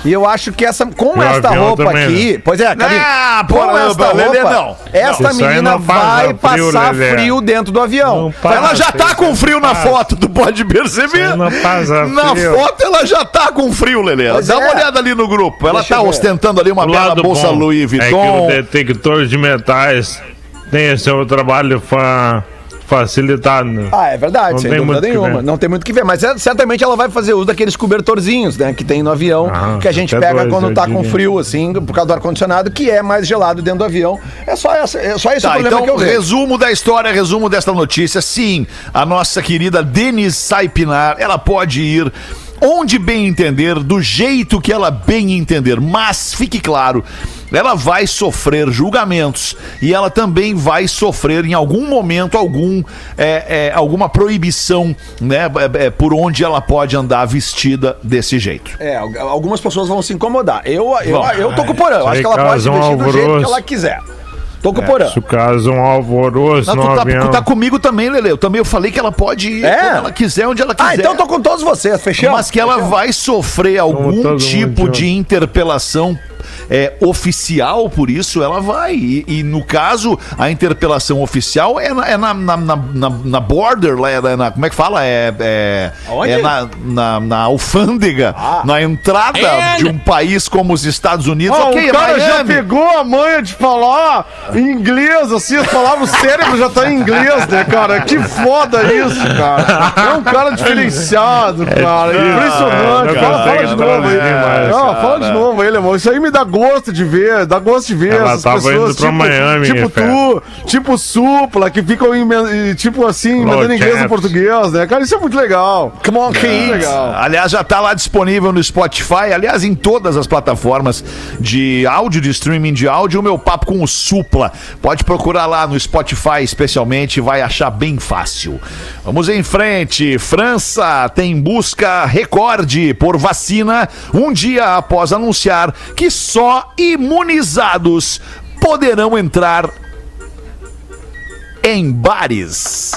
[SPEAKER 6] E eu acho que essa. Com
[SPEAKER 8] o
[SPEAKER 6] esta
[SPEAKER 8] avião
[SPEAKER 6] roupa
[SPEAKER 8] também,
[SPEAKER 6] aqui.
[SPEAKER 8] né?
[SPEAKER 6] Pois é, cabine.
[SPEAKER 5] Ah,
[SPEAKER 6] com
[SPEAKER 5] porra,
[SPEAKER 6] esta roupa,
[SPEAKER 5] Lelê, não.
[SPEAKER 6] esta
[SPEAKER 8] Isso aí
[SPEAKER 6] menina
[SPEAKER 8] não faz,
[SPEAKER 6] vai
[SPEAKER 8] não, frio,
[SPEAKER 6] passar
[SPEAKER 8] Lelê.
[SPEAKER 6] frio dentro do avião.
[SPEAKER 8] Não passa.
[SPEAKER 5] ela já tá com frio na
[SPEAKER 8] passa.
[SPEAKER 5] foto, tu pode perceber.
[SPEAKER 8] Você não passa
[SPEAKER 5] na
[SPEAKER 8] Tá frio.
[SPEAKER 5] foto ela já tá com frio, Lelê. Dá uma
[SPEAKER 6] é.
[SPEAKER 5] olhada ali no grupo. Ela
[SPEAKER 6] Deixa
[SPEAKER 5] tá
[SPEAKER 6] eu ver.
[SPEAKER 5] ostentando ali uma
[SPEAKER 8] O
[SPEAKER 5] bela
[SPEAKER 8] lado
[SPEAKER 5] bolsa
[SPEAKER 8] bom
[SPEAKER 5] Louis Vuitton.
[SPEAKER 8] É que o detector de metais tem seu trabalho fa facilitado.
[SPEAKER 6] Ah, é verdade,
[SPEAKER 8] Não
[SPEAKER 6] sem
[SPEAKER 8] tem
[SPEAKER 6] dúvida
[SPEAKER 8] muito que
[SPEAKER 6] nenhuma.
[SPEAKER 8] ver.
[SPEAKER 6] Não tem muito o que ver, mas é- certamente ela vai fazer uso daqueles cobertorzinhos, né, que tem no avião,
[SPEAKER 8] Ah,
[SPEAKER 6] que a gente
[SPEAKER 8] até
[SPEAKER 6] pega
[SPEAKER 8] dois,
[SPEAKER 6] quando
[SPEAKER 8] eu
[SPEAKER 6] tá com
[SPEAKER 8] diria.
[SPEAKER 6] frio, assim, por causa do ar-condicionado, que é mais gelado dentro do avião. É só, essa, é só esse o
[SPEAKER 5] Tá,
[SPEAKER 6] problema
[SPEAKER 5] então,
[SPEAKER 6] que eu vejo.
[SPEAKER 5] resumo da história, resumo desta notícia. Sim, a nossa querida Denise Saipinar, ela pode ir onde bem entender, do jeito que ela bem entender. Mas, fique claro, ela vai sofrer julgamentos e ela também vai sofrer, em algum momento, algum, é, é, alguma proibição, né, é, é, por onde ela pode andar vestida desse jeito.
[SPEAKER 6] É, al- algumas pessoas vão se incomodar. Eu, eu,
[SPEAKER 5] Bom,
[SPEAKER 6] eu tô com o porão. Eu Acho
[SPEAKER 8] aí
[SPEAKER 6] que ela pode
[SPEAKER 8] causa um
[SPEAKER 6] vestir do jeito que
[SPEAKER 8] alvoroço.
[SPEAKER 6] ela quiser. Tô
[SPEAKER 8] É,
[SPEAKER 6] com o porão.
[SPEAKER 8] Isso causa um alvoroço
[SPEAKER 5] Não,
[SPEAKER 8] no
[SPEAKER 5] tu, tá,
[SPEAKER 8] avião.
[SPEAKER 5] tu tá comigo também, Lele. Eu também eu falei que ela pode ir
[SPEAKER 6] É?
[SPEAKER 5] quando ela quiser, onde ela quiser.
[SPEAKER 6] Ah, então tô com todos vocês, fechamos?
[SPEAKER 5] Mas que ela vai sofrer algum
[SPEAKER 8] todo
[SPEAKER 5] tipo
[SPEAKER 8] mundo,
[SPEAKER 5] de interpelação é, oficial, por isso ela vai. E, e, no caso, a interpelação oficial é na, é na, na, na, na- na border, lá, é na, na- como é que fala? É, é,
[SPEAKER 6] Aonde?
[SPEAKER 5] é na, na, na alfândega,
[SPEAKER 6] Ah. É, né?
[SPEAKER 5] na entrada de um país como os Estados Unidos.
[SPEAKER 7] Ó,
[SPEAKER 5] ok,
[SPEAKER 7] o cara já
[SPEAKER 5] Miami.
[SPEAKER 7] pegou a manha de falar em inglês, assim, as palavras o cérebro já tá em inglês, né, cara? Que foda isso, cara. É um cara diferenciado,
[SPEAKER 8] É
[SPEAKER 7] cara. Impressionante. Fala,
[SPEAKER 8] não
[SPEAKER 7] fala
[SPEAKER 8] consegue
[SPEAKER 7] de
[SPEAKER 8] entrar
[SPEAKER 7] novo aí.
[SPEAKER 8] nesse negócio,
[SPEAKER 7] Não, fala de novo aí, Lemão. Isso aí me dá gosto de ver, dá gosto de ver
[SPEAKER 8] Ela tava indo pra
[SPEAKER 7] tipo,
[SPEAKER 8] Miami,
[SPEAKER 7] tipo
[SPEAKER 8] Fé.
[SPEAKER 7] tu, tipo Supla, que ficam, em- tipo assim, mandando inglês
[SPEAKER 8] Chaps.
[SPEAKER 7] no português, né? Cara, isso é muito legal. é
[SPEAKER 5] Come on, kids.
[SPEAKER 7] legal.
[SPEAKER 5] Ah, Aliás, já tá lá disponível no Spotify, aliás, em todas as plataformas de áudio, de streaming de áudio, o meu papo com o Supla. Pode procurar lá no Spotify, especialmente, vai achar bem fácil. Vamos em frente. França tem busca recorde por vacina um dia após anunciar que só imunizados poderão entrar em bares.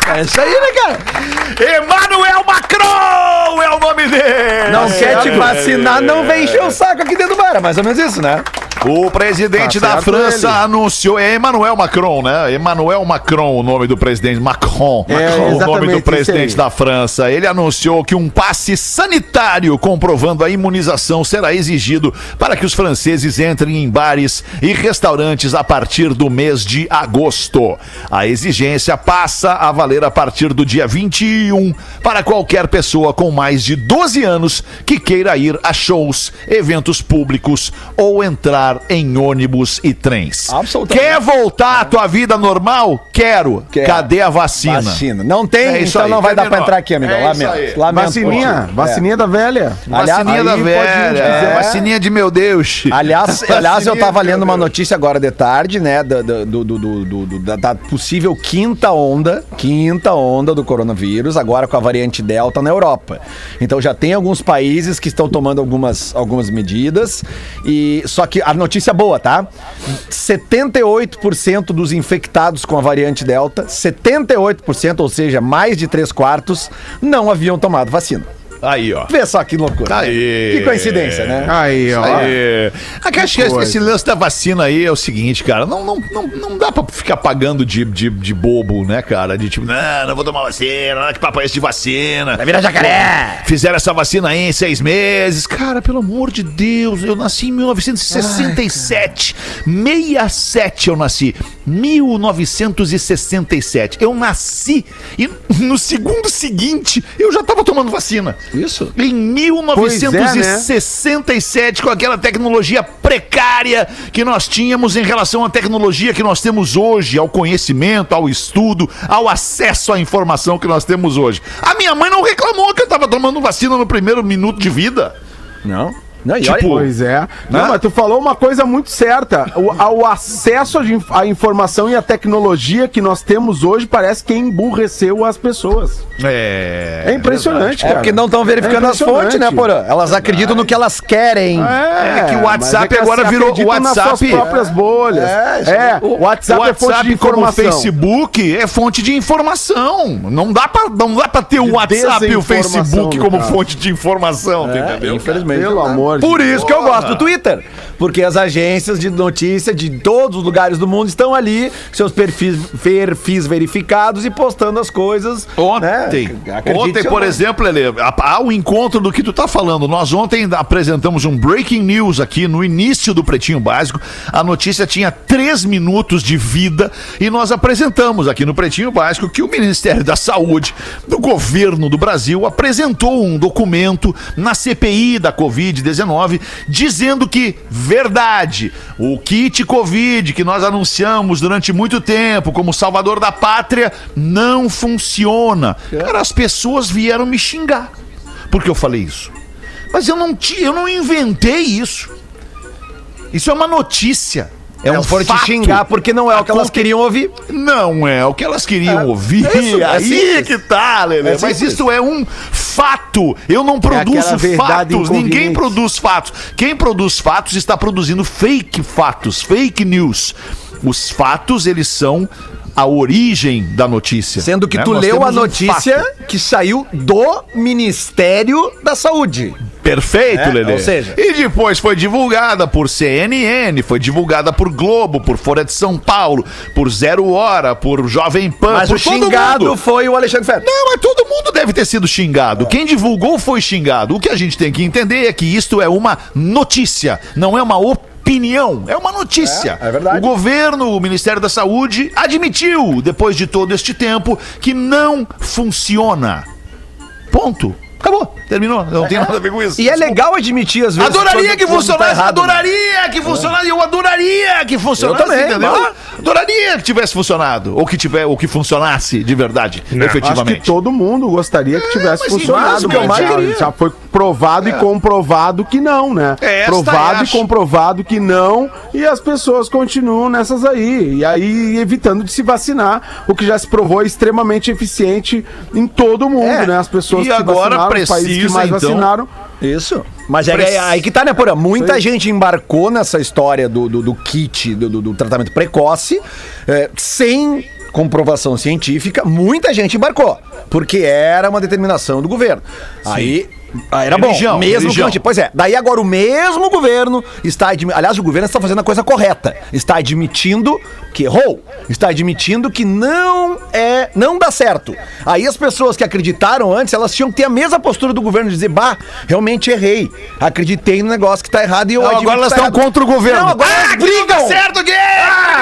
[SPEAKER 6] cara. É isso aí, né, cara?
[SPEAKER 5] Emmanuel Macron é o nome dele!
[SPEAKER 6] Não quer
[SPEAKER 5] é,
[SPEAKER 6] te vacinar, não vem encher o saco aqui dentro do bar. É mais ou menos isso, né?
[SPEAKER 5] O presidente
[SPEAKER 7] Tá
[SPEAKER 5] da
[SPEAKER 7] certo
[SPEAKER 5] França
[SPEAKER 7] ele.
[SPEAKER 5] anunciou. É Emmanuel Macron, né? Emmanuel Macron, o nome do presidente. Macron.
[SPEAKER 7] É,
[SPEAKER 5] Macron, o nome
[SPEAKER 7] exatamente,
[SPEAKER 5] do
[SPEAKER 7] isso
[SPEAKER 5] presidente
[SPEAKER 7] aí.
[SPEAKER 5] da França. Ele anunciou que um passe sanitário comprovando a imunização será exigido para que os franceses entrem em bares e restaurantes a partir do mês de agosto. A exigência passa a valer a partir do dia 21 para qualquer pessoa com mais de 12 anos que queira ir a shows, eventos públicos ou entrar em ônibus e trens.
[SPEAKER 6] Absolutamente.
[SPEAKER 5] Quer voltar à tua vida normal? Quero.
[SPEAKER 6] Quero.
[SPEAKER 5] Cadê a vacina?
[SPEAKER 6] Vacina. Não tem,
[SPEAKER 5] É isso
[SPEAKER 6] então
[SPEAKER 5] aí,
[SPEAKER 6] não vai dar pra
[SPEAKER 5] terminou.
[SPEAKER 6] entrar aqui, amigo.
[SPEAKER 5] É isso aí.
[SPEAKER 6] Lamento. Lamento.
[SPEAKER 7] Vacininha,
[SPEAKER 6] É.
[SPEAKER 7] vacininha da velha.
[SPEAKER 6] Aliás,
[SPEAKER 5] Vacininha da
[SPEAKER 6] aí pode
[SPEAKER 5] velha.
[SPEAKER 6] ir, é.
[SPEAKER 5] Vacininha de meu Deus.
[SPEAKER 6] Aliás, aliás, eu
[SPEAKER 5] Vacininha,
[SPEAKER 6] tava
[SPEAKER 5] meu
[SPEAKER 6] lendo uma
[SPEAKER 5] Deus.
[SPEAKER 6] notícia agora de tarde, né? da- da- do- do- do- do- do- da, da possível quinta onda, quinta onda do coronavírus, agora com a variante Delta na Europa. Então já tem alguns países que estão tomando algumas, algumas medidas. E Só que a notícia boa, tá? 78% dos infectados com a variante Delta, 78%, ou seja, mais de três quartos, não haviam tomado vacina.
[SPEAKER 5] Aí, ó.
[SPEAKER 6] Vê só que loucura.
[SPEAKER 5] Aí.
[SPEAKER 6] Que coincidência, né?
[SPEAKER 7] Aí, ó.
[SPEAKER 5] Aí. Ah, que acho que esse- esse lance da vacina aí é o seguinte, cara. Não, não, não, não dá pra ficar pagando de, de, de bobo, né, cara? De tipo, não, não vou tomar vacina, ah, que papo é esse de vacina? Vai virar jacaré! Fizeram essa vacina aí em seis meses. Cara, pelo amor de Deus, eu nasci em 1967. 67 eu nasci. 1967. Eu nasci e no segundo seguinte eu já tava tomando vacina.
[SPEAKER 6] Isso.
[SPEAKER 5] Em 1967.
[SPEAKER 7] Pois é, né?
[SPEAKER 5] 67 com aquela tecnologia precária que nós tínhamos em relação à tecnologia que nós temos hoje, ao conhecimento, ao estudo, ao acesso à informação que nós temos hoje. A minha mãe não reclamou que eu tava tomando vacina no primeiro minuto de vida.
[SPEAKER 6] Não. Não, e
[SPEAKER 5] Tipo,
[SPEAKER 6] olha-
[SPEAKER 7] Pois é. Não,
[SPEAKER 5] Né?
[SPEAKER 7] mas tu falou uma coisa muito certa. O, ao acesso à in- à informação e à tecnologia que nós temos hoje parece que emburreceu as pessoas.
[SPEAKER 5] É.
[SPEAKER 7] É impressionante,
[SPEAKER 6] É
[SPEAKER 7] cara.
[SPEAKER 6] porque não estão verificando
[SPEAKER 7] É
[SPEAKER 6] as fontes, né,
[SPEAKER 7] impressionante.
[SPEAKER 6] Porã? Elas acreditam no que elas querem.
[SPEAKER 5] É que o WhatsApp
[SPEAKER 7] mas
[SPEAKER 5] agora
[SPEAKER 7] elas
[SPEAKER 5] virou-
[SPEAKER 7] acreditam
[SPEAKER 5] o
[SPEAKER 7] Nas
[SPEAKER 5] WhatsApp-
[SPEAKER 7] suas próprias bolhas.
[SPEAKER 6] É,
[SPEAKER 7] É, o WhatsApp,
[SPEAKER 5] o
[SPEAKER 7] é fonte de
[SPEAKER 5] WhatsApp como o
[SPEAKER 7] informação.
[SPEAKER 5] Facebook é fonte de informação. Não dá pra, não dá pra ter o WhatsApp e o
[SPEAKER 7] desinformação,
[SPEAKER 5] Facebook como
[SPEAKER 7] no caso.
[SPEAKER 5] fonte de informação, tu
[SPEAKER 6] É,
[SPEAKER 5] entendeu?
[SPEAKER 6] infelizmente.
[SPEAKER 7] Pelo
[SPEAKER 6] não dá.
[SPEAKER 7] amor de
[SPEAKER 6] Por isso que eu gosto do Twitter. Porque as agências de notícia de todos os lugares do mundo estão ali, seus perfis, perfis verificados e postando as coisas.
[SPEAKER 5] Ontem,
[SPEAKER 6] né? Acredite
[SPEAKER 5] ontem,
[SPEAKER 6] ou
[SPEAKER 5] por
[SPEAKER 6] não.
[SPEAKER 5] exemplo, Lele, ao um encontro do que tu tá falando, nós ontem apresentamos um breaking news aqui no início do Pretinho Básico. A notícia tinha três minutos de vida e nós apresentamos aqui no Pretinho Básico que o Ministério da Saúde do governo do Brasil apresentou um documento na CPI da Covid-19 dizendo que, verdade, o kit Covid que nós anunciamos durante muito tempo como salvador da pátria não funciona.
[SPEAKER 6] É.
[SPEAKER 5] Cara, as pessoas vieram me xingar porque eu falei isso. Mas eu não, ti, eu não inventei isso. Isso é uma notícia. É
[SPEAKER 6] Não
[SPEAKER 5] um
[SPEAKER 6] for te
[SPEAKER 5] fato.
[SPEAKER 6] xingar porque não é o que elas queriam ouvir.
[SPEAKER 5] Não é o que elas queriam ouvir.
[SPEAKER 6] é isso, é
[SPEAKER 5] Aí
[SPEAKER 6] simples.
[SPEAKER 5] que tá, Lelê.
[SPEAKER 6] É
[SPEAKER 5] Mas
[SPEAKER 6] simples. É
[SPEAKER 5] isso é um fato. Eu não produzo
[SPEAKER 7] aquela verdade
[SPEAKER 5] fatos. Ninguém
[SPEAKER 7] inconveniente.
[SPEAKER 5] produz fatos. Quem produz fatos está produzindo fake fatos, fake news. Os fatos, eles são a origem da notícia.
[SPEAKER 6] Sendo que
[SPEAKER 5] né?
[SPEAKER 6] tu
[SPEAKER 5] Nós
[SPEAKER 6] leu
[SPEAKER 5] temos
[SPEAKER 6] a
[SPEAKER 5] um
[SPEAKER 6] notícia
[SPEAKER 5] fato.
[SPEAKER 6] que saiu do Ministério da Saúde.
[SPEAKER 5] Perfeito,
[SPEAKER 6] É,
[SPEAKER 5] Lelê.
[SPEAKER 6] ou seja-
[SPEAKER 5] E depois foi divulgada por CNN, foi divulgada por Globo, por Folha de São Paulo, por Zero Hora, por Jovem Pan,
[SPEAKER 6] Mas
[SPEAKER 5] por
[SPEAKER 6] o
[SPEAKER 5] todo
[SPEAKER 6] xingado
[SPEAKER 5] mundo.
[SPEAKER 6] foi o Alexandre Ferreira.
[SPEAKER 5] Não, mas todo mundo deve ter sido xingado. Quem divulgou foi xingado. O que a gente tem que entender é que isto é uma notícia, não é uma opinião, é uma notícia.
[SPEAKER 6] É, é verdade.
[SPEAKER 5] O governo, o Ministério da Saúde, admitiu, depois de todo este tempo, que não funciona. Ponto. Acabou. Terminou. Não tem nada a ver com isso.
[SPEAKER 6] E é legal admitir às vezes.
[SPEAKER 5] Adoraria
[SPEAKER 6] quando
[SPEAKER 5] que
[SPEAKER 6] tudo tá
[SPEAKER 5] funcionasse,
[SPEAKER 6] errado, né?
[SPEAKER 5] adoraria que funcionasse, eu adoraria que funcionasse,
[SPEAKER 6] Eu também,
[SPEAKER 5] entendeu?
[SPEAKER 6] mas-
[SPEAKER 5] Adoraria que tivesse funcionado, ou que tiver, ou que funcionasse de verdade,
[SPEAKER 7] Acho que
[SPEAKER 5] efetivamente.
[SPEAKER 7] todo mundo gostaria que tivesse
[SPEAKER 5] mas
[SPEAKER 6] É, mas o
[SPEAKER 7] funcionado,
[SPEAKER 6] que eu É.
[SPEAKER 7] mas
[SPEAKER 6] mais
[SPEAKER 7] já,
[SPEAKER 6] queria.
[SPEAKER 7] já foi provado e comprovado que não, né?
[SPEAKER 5] É, esta eu
[SPEAKER 7] provado e
[SPEAKER 5] acho.
[SPEAKER 7] comprovado que não, e as pessoas continuam nessas aí, e aí evitando de se vacinar, o que já se provou extremamente eficiente em todo o mundo,
[SPEAKER 5] É,
[SPEAKER 7] né? As pessoas
[SPEAKER 5] e agora
[SPEAKER 7] vacinaram, os países que
[SPEAKER 5] precisa,
[SPEAKER 7] mais
[SPEAKER 5] então,
[SPEAKER 7] vacinaram,
[SPEAKER 6] Isso. Mas é,
[SPEAKER 5] Prec-
[SPEAKER 6] é aí que tá, né, Porã? Muita gente embarcou nessa história do, do, do kit, do, do- do tratamento precoce, é, sem comprovação científica, muita gente embarcou, porque era uma determinação do governo. Aí. aí era
[SPEAKER 5] Religião,
[SPEAKER 6] bom, mesmo
[SPEAKER 5] religião.
[SPEAKER 6] que não tinha- Pois é, daí agora o mesmo governo está admitindo. Aliás, o governo está fazendo a coisa correta. Está admitindo que errou. Está admitindo que não é. não dá certo. Aí as pessoas que acreditaram antes, elas tinham que ter a mesma postura do governo de dizer, bah, realmente errei. Acreditei no negócio que está errado e eu
[SPEAKER 7] Não,
[SPEAKER 6] admito
[SPEAKER 7] agora
[SPEAKER 6] que
[SPEAKER 7] elas
[SPEAKER 6] tá
[SPEAKER 7] estão
[SPEAKER 6] errado.
[SPEAKER 7] contra o governo.
[SPEAKER 6] Não, agora é
[SPEAKER 5] Ah,
[SPEAKER 6] elas brigam!
[SPEAKER 5] certo, Gui!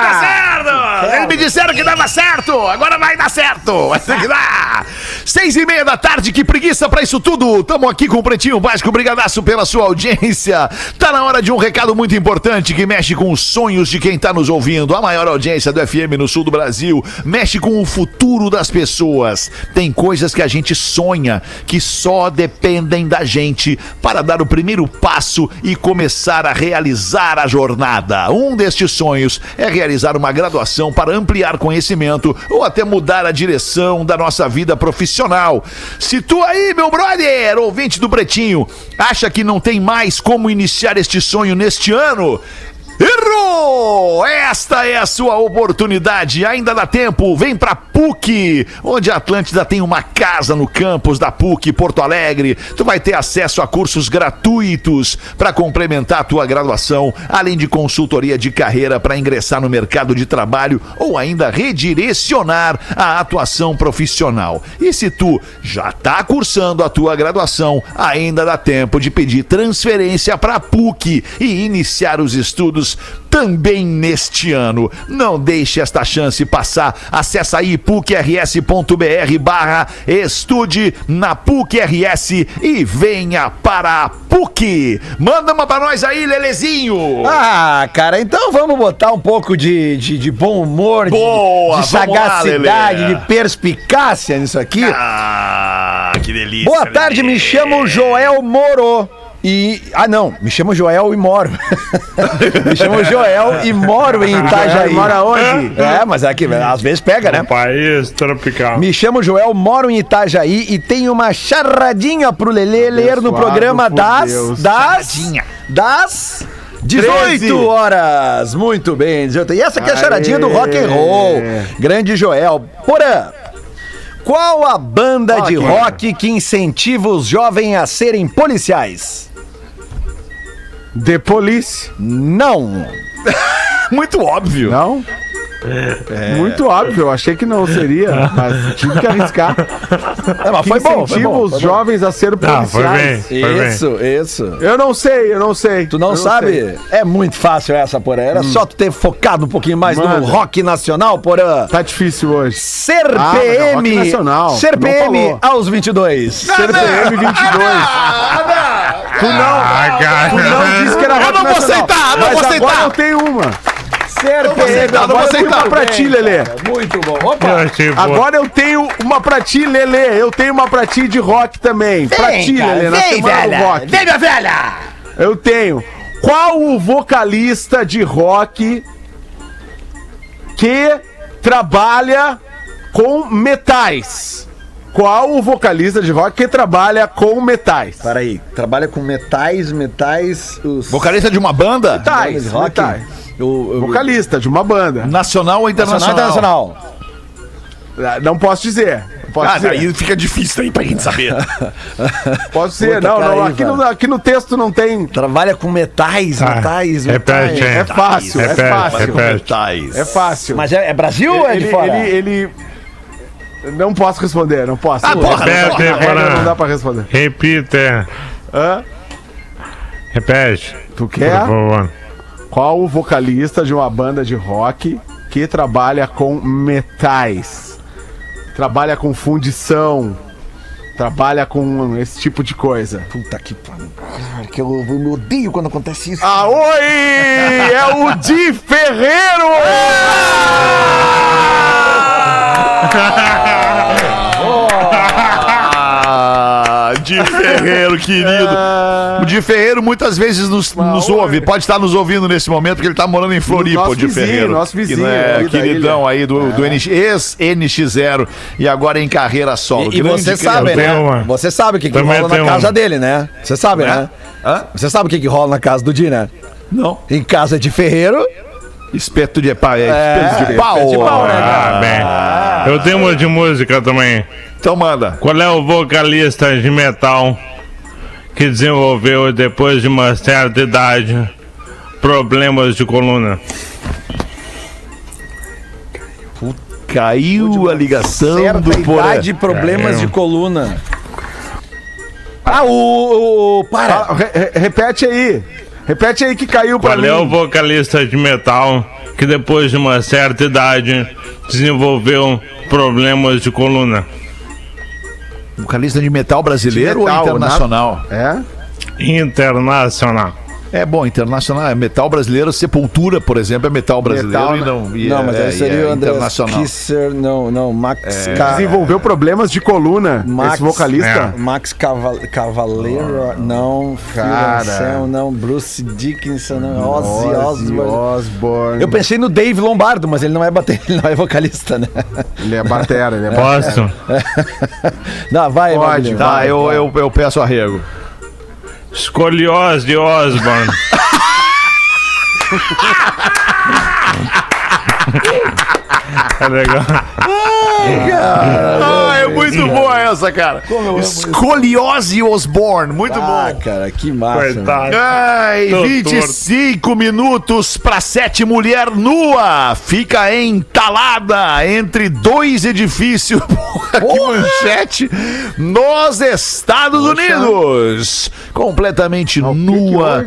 [SPEAKER 5] Tá certo! Eles me disseram que dava certo! Agora vai dar certo! Vai ter que dar! Seis e meia da tarde, que preguiça pra isso tudo! Tamo aqui com o Pretinho Básico, brigadaço pela sua audiência! Tá na hora de um recado muito importante que mexe com os sonhos de quem tá nos ouvindo. A maior audiência do FM no sul do Brasil mexe com o futuro das pessoas. Tem coisas que a gente sonha que só dependem da gente para dar o primeiro passo e começar a realizar a jornada. Um destes sonhos é realizar uma graduação para ampliar conhecimento ou até mudar a direção da nossa vida profissional. Se tu aí, meu brother, ouvinte do Pretinho, acha que não tem mais como iniciar este sonho neste ano, Errou! Esta é a sua oportunidade. Ainda dá tempo. Vem pra PUC, onde a Atlântida tem uma casa no campus da PUC Porto Alegre. Tu vai ter acesso a cursos gratuitos para complementar a tua graduação, além de consultoria de carreira para ingressar no mercado de trabalho ou ainda redirecionar a atuação profissional. E se tu já tá cursando a tua graduação, ainda dá tempo de pedir transferência para PUC e iniciar os estudos também neste ano. Não deixe esta chance passar. Acesse aí pucrs.br barra estude na PUCRS e venha para a PUC. Manda uma pra nós aí, Lelezinho.
[SPEAKER 6] Ah, cara, então vamos botar um pouco de, de, de bom humor, de-
[SPEAKER 5] Boa,
[SPEAKER 6] de,
[SPEAKER 5] vamos lá,
[SPEAKER 6] sagacidade,
[SPEAKER 5] Lelê.
[SPEAKER 6] de perspicácia nisso aqui.
[SPEAKER 5] Ah, que delícia.
[SPEAKER 6] Boa tarde,
[SPEAKER 5] Lelê.
[SPEAKER 6] me chamo Joel Moro. E. Ah, não, me chamo Joel e moro. me chamo Joel e moro em Itajaí. Mora onde? É, mas aqui, às vezes pega, né?
[SPEAKER 8] Um País tropical.
[SPEAKER 6] Me chamo Joel, moro em Itajaí e tenho uma charradinha pro Lelê ler no programa
[SPEAKER 7] por
[SPEAKER 6] das.
[SPEAKER 7] Deus.
[SPEAKER 6] Das. Das. 18 horas. Muito bem, 18. E essa aqui é a charadinha do rock and roll. Grande Joel. Porã. Qual a banda de rock que incentiva os jovens a serem policiais?
[SPEAKER 7] The Police.
[SPEAKER 6] Não.
[SPEAKER 5] Muito óbvio.
[SPEAKER 7] Não? É. Muito óbvio, eu achei que não seria, mas tive que arriscar.
[SPEAKER 6] É, mas
[SPEAKER 7] Que
[SPEAKER 6] foi bom, foi
[SPEAKER 7] incentiva
[SPEAKER 6] bom.
[SPEAKER 7] os
[SPEAKER 6] Foi bom.
[SPEAKER 7] jovens a serem
[SPEAKER 8] Ah, foi bem,
[SPEAKER 7] policiais.
[SPEAKER 8] foi bem.
[SPEAKER 6] Isso, isso.
[SPEAKER 7] Eu não sei, eu não sei.
[SPEAKER 6] Tu não,
[SPEAKER 7] Eu
[SPEAKER 6] sabe?
[SPEAKER 7] sei. Hum.
[SPEAKER 6] É muito fácil essa, Porã. Era só tu ter focado um pouquinho mais no
[SPEAKER 7] Manda.
[SPEAKER 6] rock nacional, Porã.
[SPEAKER 7] Tá difícil hoje.
[SPEAKER 6] Ser
[SPEAKER 7] Ah, mas é rock
[SPEAKER 6] PM.
[SPEAKER 7] nacional,
[SPEAKER 6] Ser
[SPEAKER 7] não
[SPEAKER 6] PM
[SPEAKER 7] falou.
[SPEAKER 6] aos 22.
[SPEAKER 7] Ser PM22. Tu não,
[SPEAKER 8] Ah, cara.
[SPEAKER 7] tu não disse que era rock
[SPEAKER 5] Eu não vou
[SPEAKER 7] nacional,
[SPEAKER 5] aceitar, eu não
[SPEAKER 7] mas
[SPEAKER 5] vou
[SPEAKER 7] agora
[SPEAKER 5] aceitar.
[SPEAKER 7] eu tenho uma.
[SPEAKER 6] Ser
[SPEAKER 7] aceitar, não vou
[SPEAKER 6] agora eu fui
[SPEAKER 7] aceitar.
[SPEAKER 6] lá
[SPEAKER 7] Pra ti, Lelê.
[SPEAKER 6] cara. Muito bom. Opa.
[SPEAKER 8] Eu achei boa.
[SPEAKER 7] Agora eu tenho uma pra ti, Lelê. Eu tenho uma pra ti de rock também. pra ti, Lelê, na semana do rock. Vem, minha velha! Eu tenho. Qual o vocalista de rock que trabalha com metais? Qual o vocalista de rock que trabalha com metais?
[SPEAKER 6] Peraí, trabalha com metais, metais. Os
[SPEAKER 5] Vocalista de uma banda?
[SPEAKER 6] metais,
[SPEAKER 7] Metais,
[SPEAKER 6] rock.
[SPEAKER 7] metais.
[SPEAKER 6] O, o-
[SPEAKER 7] Vocalista de uma banda.
[SPEAKER 5] Nacional ou internacional?
[SPEAKER 6] Nacional Internacional.
[SPEAKER 7] Ah, Não posso dizer. Não Posso
[SPEAKER 5] Ah,
[SPEAKER 7] dizer.
[SPEAKER 5] daí fica difícil aí pra gente saber.
[SPEAKER 7] Posso dizer.
[SPEAKER 6] Puta,
[SPEAKER 7] Não,
[SPEAKER 6] cara,
[SPEAKER 7] não.
[SPEAKER 6] aí,
[SPEAKER 7] Aqui,
[SPEAKER 6] velho.
[SPEAKER 7] no, aqui no texto não tem.
[SPEAKER 6] Trabalha com metais,
[SPEAKER 8] Ah,
[SPEAKER 6] metais, metais.
[SPEAKER 8] Repete,
[SPEAKER 7] Tá. É
[SPEAKER 8] gente.
[SPEAKER 7] fácil, é
[SPEAKER 8] Repete,
[SPEAKER 7] fácil.
[SPEAKER 8] repete.
[SPEAKER 7] É fácil.
[SPEAKER 6] Mas é, é Brasil ou é de
[SPEAKER 7] ele,
[SPEAKER 6] fora?
[SPEAKER 7] Ele, ele- Não posso responder, não posso. Ah,
[SPEAKER 5] porra,
[SPEAKER 8] Repete,
[SPEAKER 7] não dá
[SPEAKER 8] Porã.
[SPEAKER 7] pra responder.
[SPEAKER 8] Repita.
[SPEAKER 7] Hã? É?
[SPEAKER 8] Repete,
[SPEAKER 7] Tu
[SPEAKER 8] por
[SPEAKER 7] quer
[SPEAKER 8] favor.
[SPEAKER 7] qual o vocalista de uma banda de rock que trabalha com metais? Trabalha com fundição. Trabalha com esse tipo de coisa.
[SPEAKER 6] Puta que pariu. Cara, que eu, eu me odeio quando acontece isso.
[SPEAKER 7] Ah, oi! É o Di Ferreiro!
[SPEAKER 5] Ah, de Ferreiro, querido. O Di Ferreiro muitas vezes nos, nos
[SPEAKER 7] olha.
[SPEAKER 5] ouve, pode estar nos ouvindo nesse momento, porque ele tá morando em Floripa,
[SPEAKER 7] Nosso
[SPEAKER 5] o Di
[SPEAKER 7] vizinho,
[SPEAKER 5] Ferreiro.
[SPEAKER 7] nosso vizinho
[SPEAKER 5] Que, né,
[SPEAKER 7] ali da
[SPEAKER 5] queridão aí do, do NX, ex-NX0 e agora em carreira solo.
[SPEAKER 6] E, e
[SPEAKER 5] Grande
[SPEAKER 6] você
[SPEAKER 5] criador.
[SPEAKER 6] sabe, né?
[SPEAKER 8] Tem uma.
[SPEAKER 6] Você sabe o que, que
[SPEAKER 8] Também
[SPEAKER 6] rola na
[SPEAKER 8] tem uma.
[SPEAKER 6] casa dele, né? Você sabe, né? Você sabe o que, que rola na casa do Di, né? Não. Em casa de ferreiro,
[SPEAKER 5] Espeto de pau, é. Espeto de pau.
[SPEAKER 6] de pau, né, cara?
[SPEAKER 8] Ah, bem. Eu tenho uma de música também.
[SPEAKER 5] Então manda.
[SPEAKER 8] Qual é o vocalista de metal que desenvolveu, depois de uma certa idade, problemas de coluna?
[SPEAKER 5] Caiu a ligação do
[SPEAKER 6] Certa
[SPEAKER 5] Porã.
[SPEAKER 6] idade, problemas
[SPEAKER 8] É,
[SPEAKER 6] de
[SPEAKER 8] eu-
[SPEAKER 6] coluna. Ah, o... o- o- para.
[SPEAKER 7] Fala, Ah, re- re- repete aí. Repete aí que caiu pra
[SPEAKER 8] Qual
[SPEAKER 7] mim.
[SPEAKER 8] é o vocalista de metal que, depois de uma certa idade, desenvolveu problemas de coluna?
[SPEAKER 5] Vocalista de metal brasileiro
[SPEAKER 7] De metal,
[SPEAKER 5] ou internacional?
[SPEAKER 6] né?
[SPEAKER 7] É?
[SPEAKER 8] Internacional.
[SPEAKER 5] É bom, internacional. É metal brasileiro. Sepultura, por exemplo, é metal brasileiro
[SPEAKER 7] Metal,
[SPEAKER 5] e
[SPEAKER 7] né?
[SPEAKER 5] não. E
[SPEAKER 6] não, mas
[SPEAKER 5] é,
[SPEAKER 6] aí seria
[SPEAKER 5] é
[SPEAKER 6] o André
[SPEAKER 5] internacional.
[SPEAKER 6] Kisser, não, não, Max Ca-
[SPEAKER 7] Desenvolveu problemas de coluna,
[SPEAKER 6] É. Max- É.
[SPEAKER 7] esse vocalista.
[SPEAKER 6] Max Caval Cavaleiro, não,
[SPEAKER 7] Cara.
[SPEAKER 6] Cara. não, Bruce Dickinson, não, Ozzy
[SPEAKER 7] Ozzy
[SPEAKER 6] Osbourne.
[SPEAKER 7] Osbourne.
[SPEAKER 6] Eu pensei no Dave Lombardo, mas ele não é bater, ele não é vocalista, né?
[SPEAKER 7] Ele é batera, ele é batera.
[SPEAKER 8] Posso?
[SPEAKER 6] Não, vai,
[SPEAKER 7] Pode,
[SPEAKER 6] Magrinho,
[SPEAKER 5] Tá,
[SPEAKER 6] vai.
[SPEAKER 5] eu, eu, eu peço arrego.
[SPEAKER 8] Escoliose de Osborne. É legal.
[SPEAKER 5] Ah, é muito boa essa, cara. Escoliose Osborne, muito
[SPEAKER 6] Ah, cara, que massa. mano.
[SPEAKER 8] Coitado.
[SPEAKER 5] Ai,
[SPEAKER 8] Tô
[SPEAKER 5] 25 minutos para sete mulher nua fica entalada entre dois edifícios. Porra, que manchete nos Estados Unidos. Completamente nua.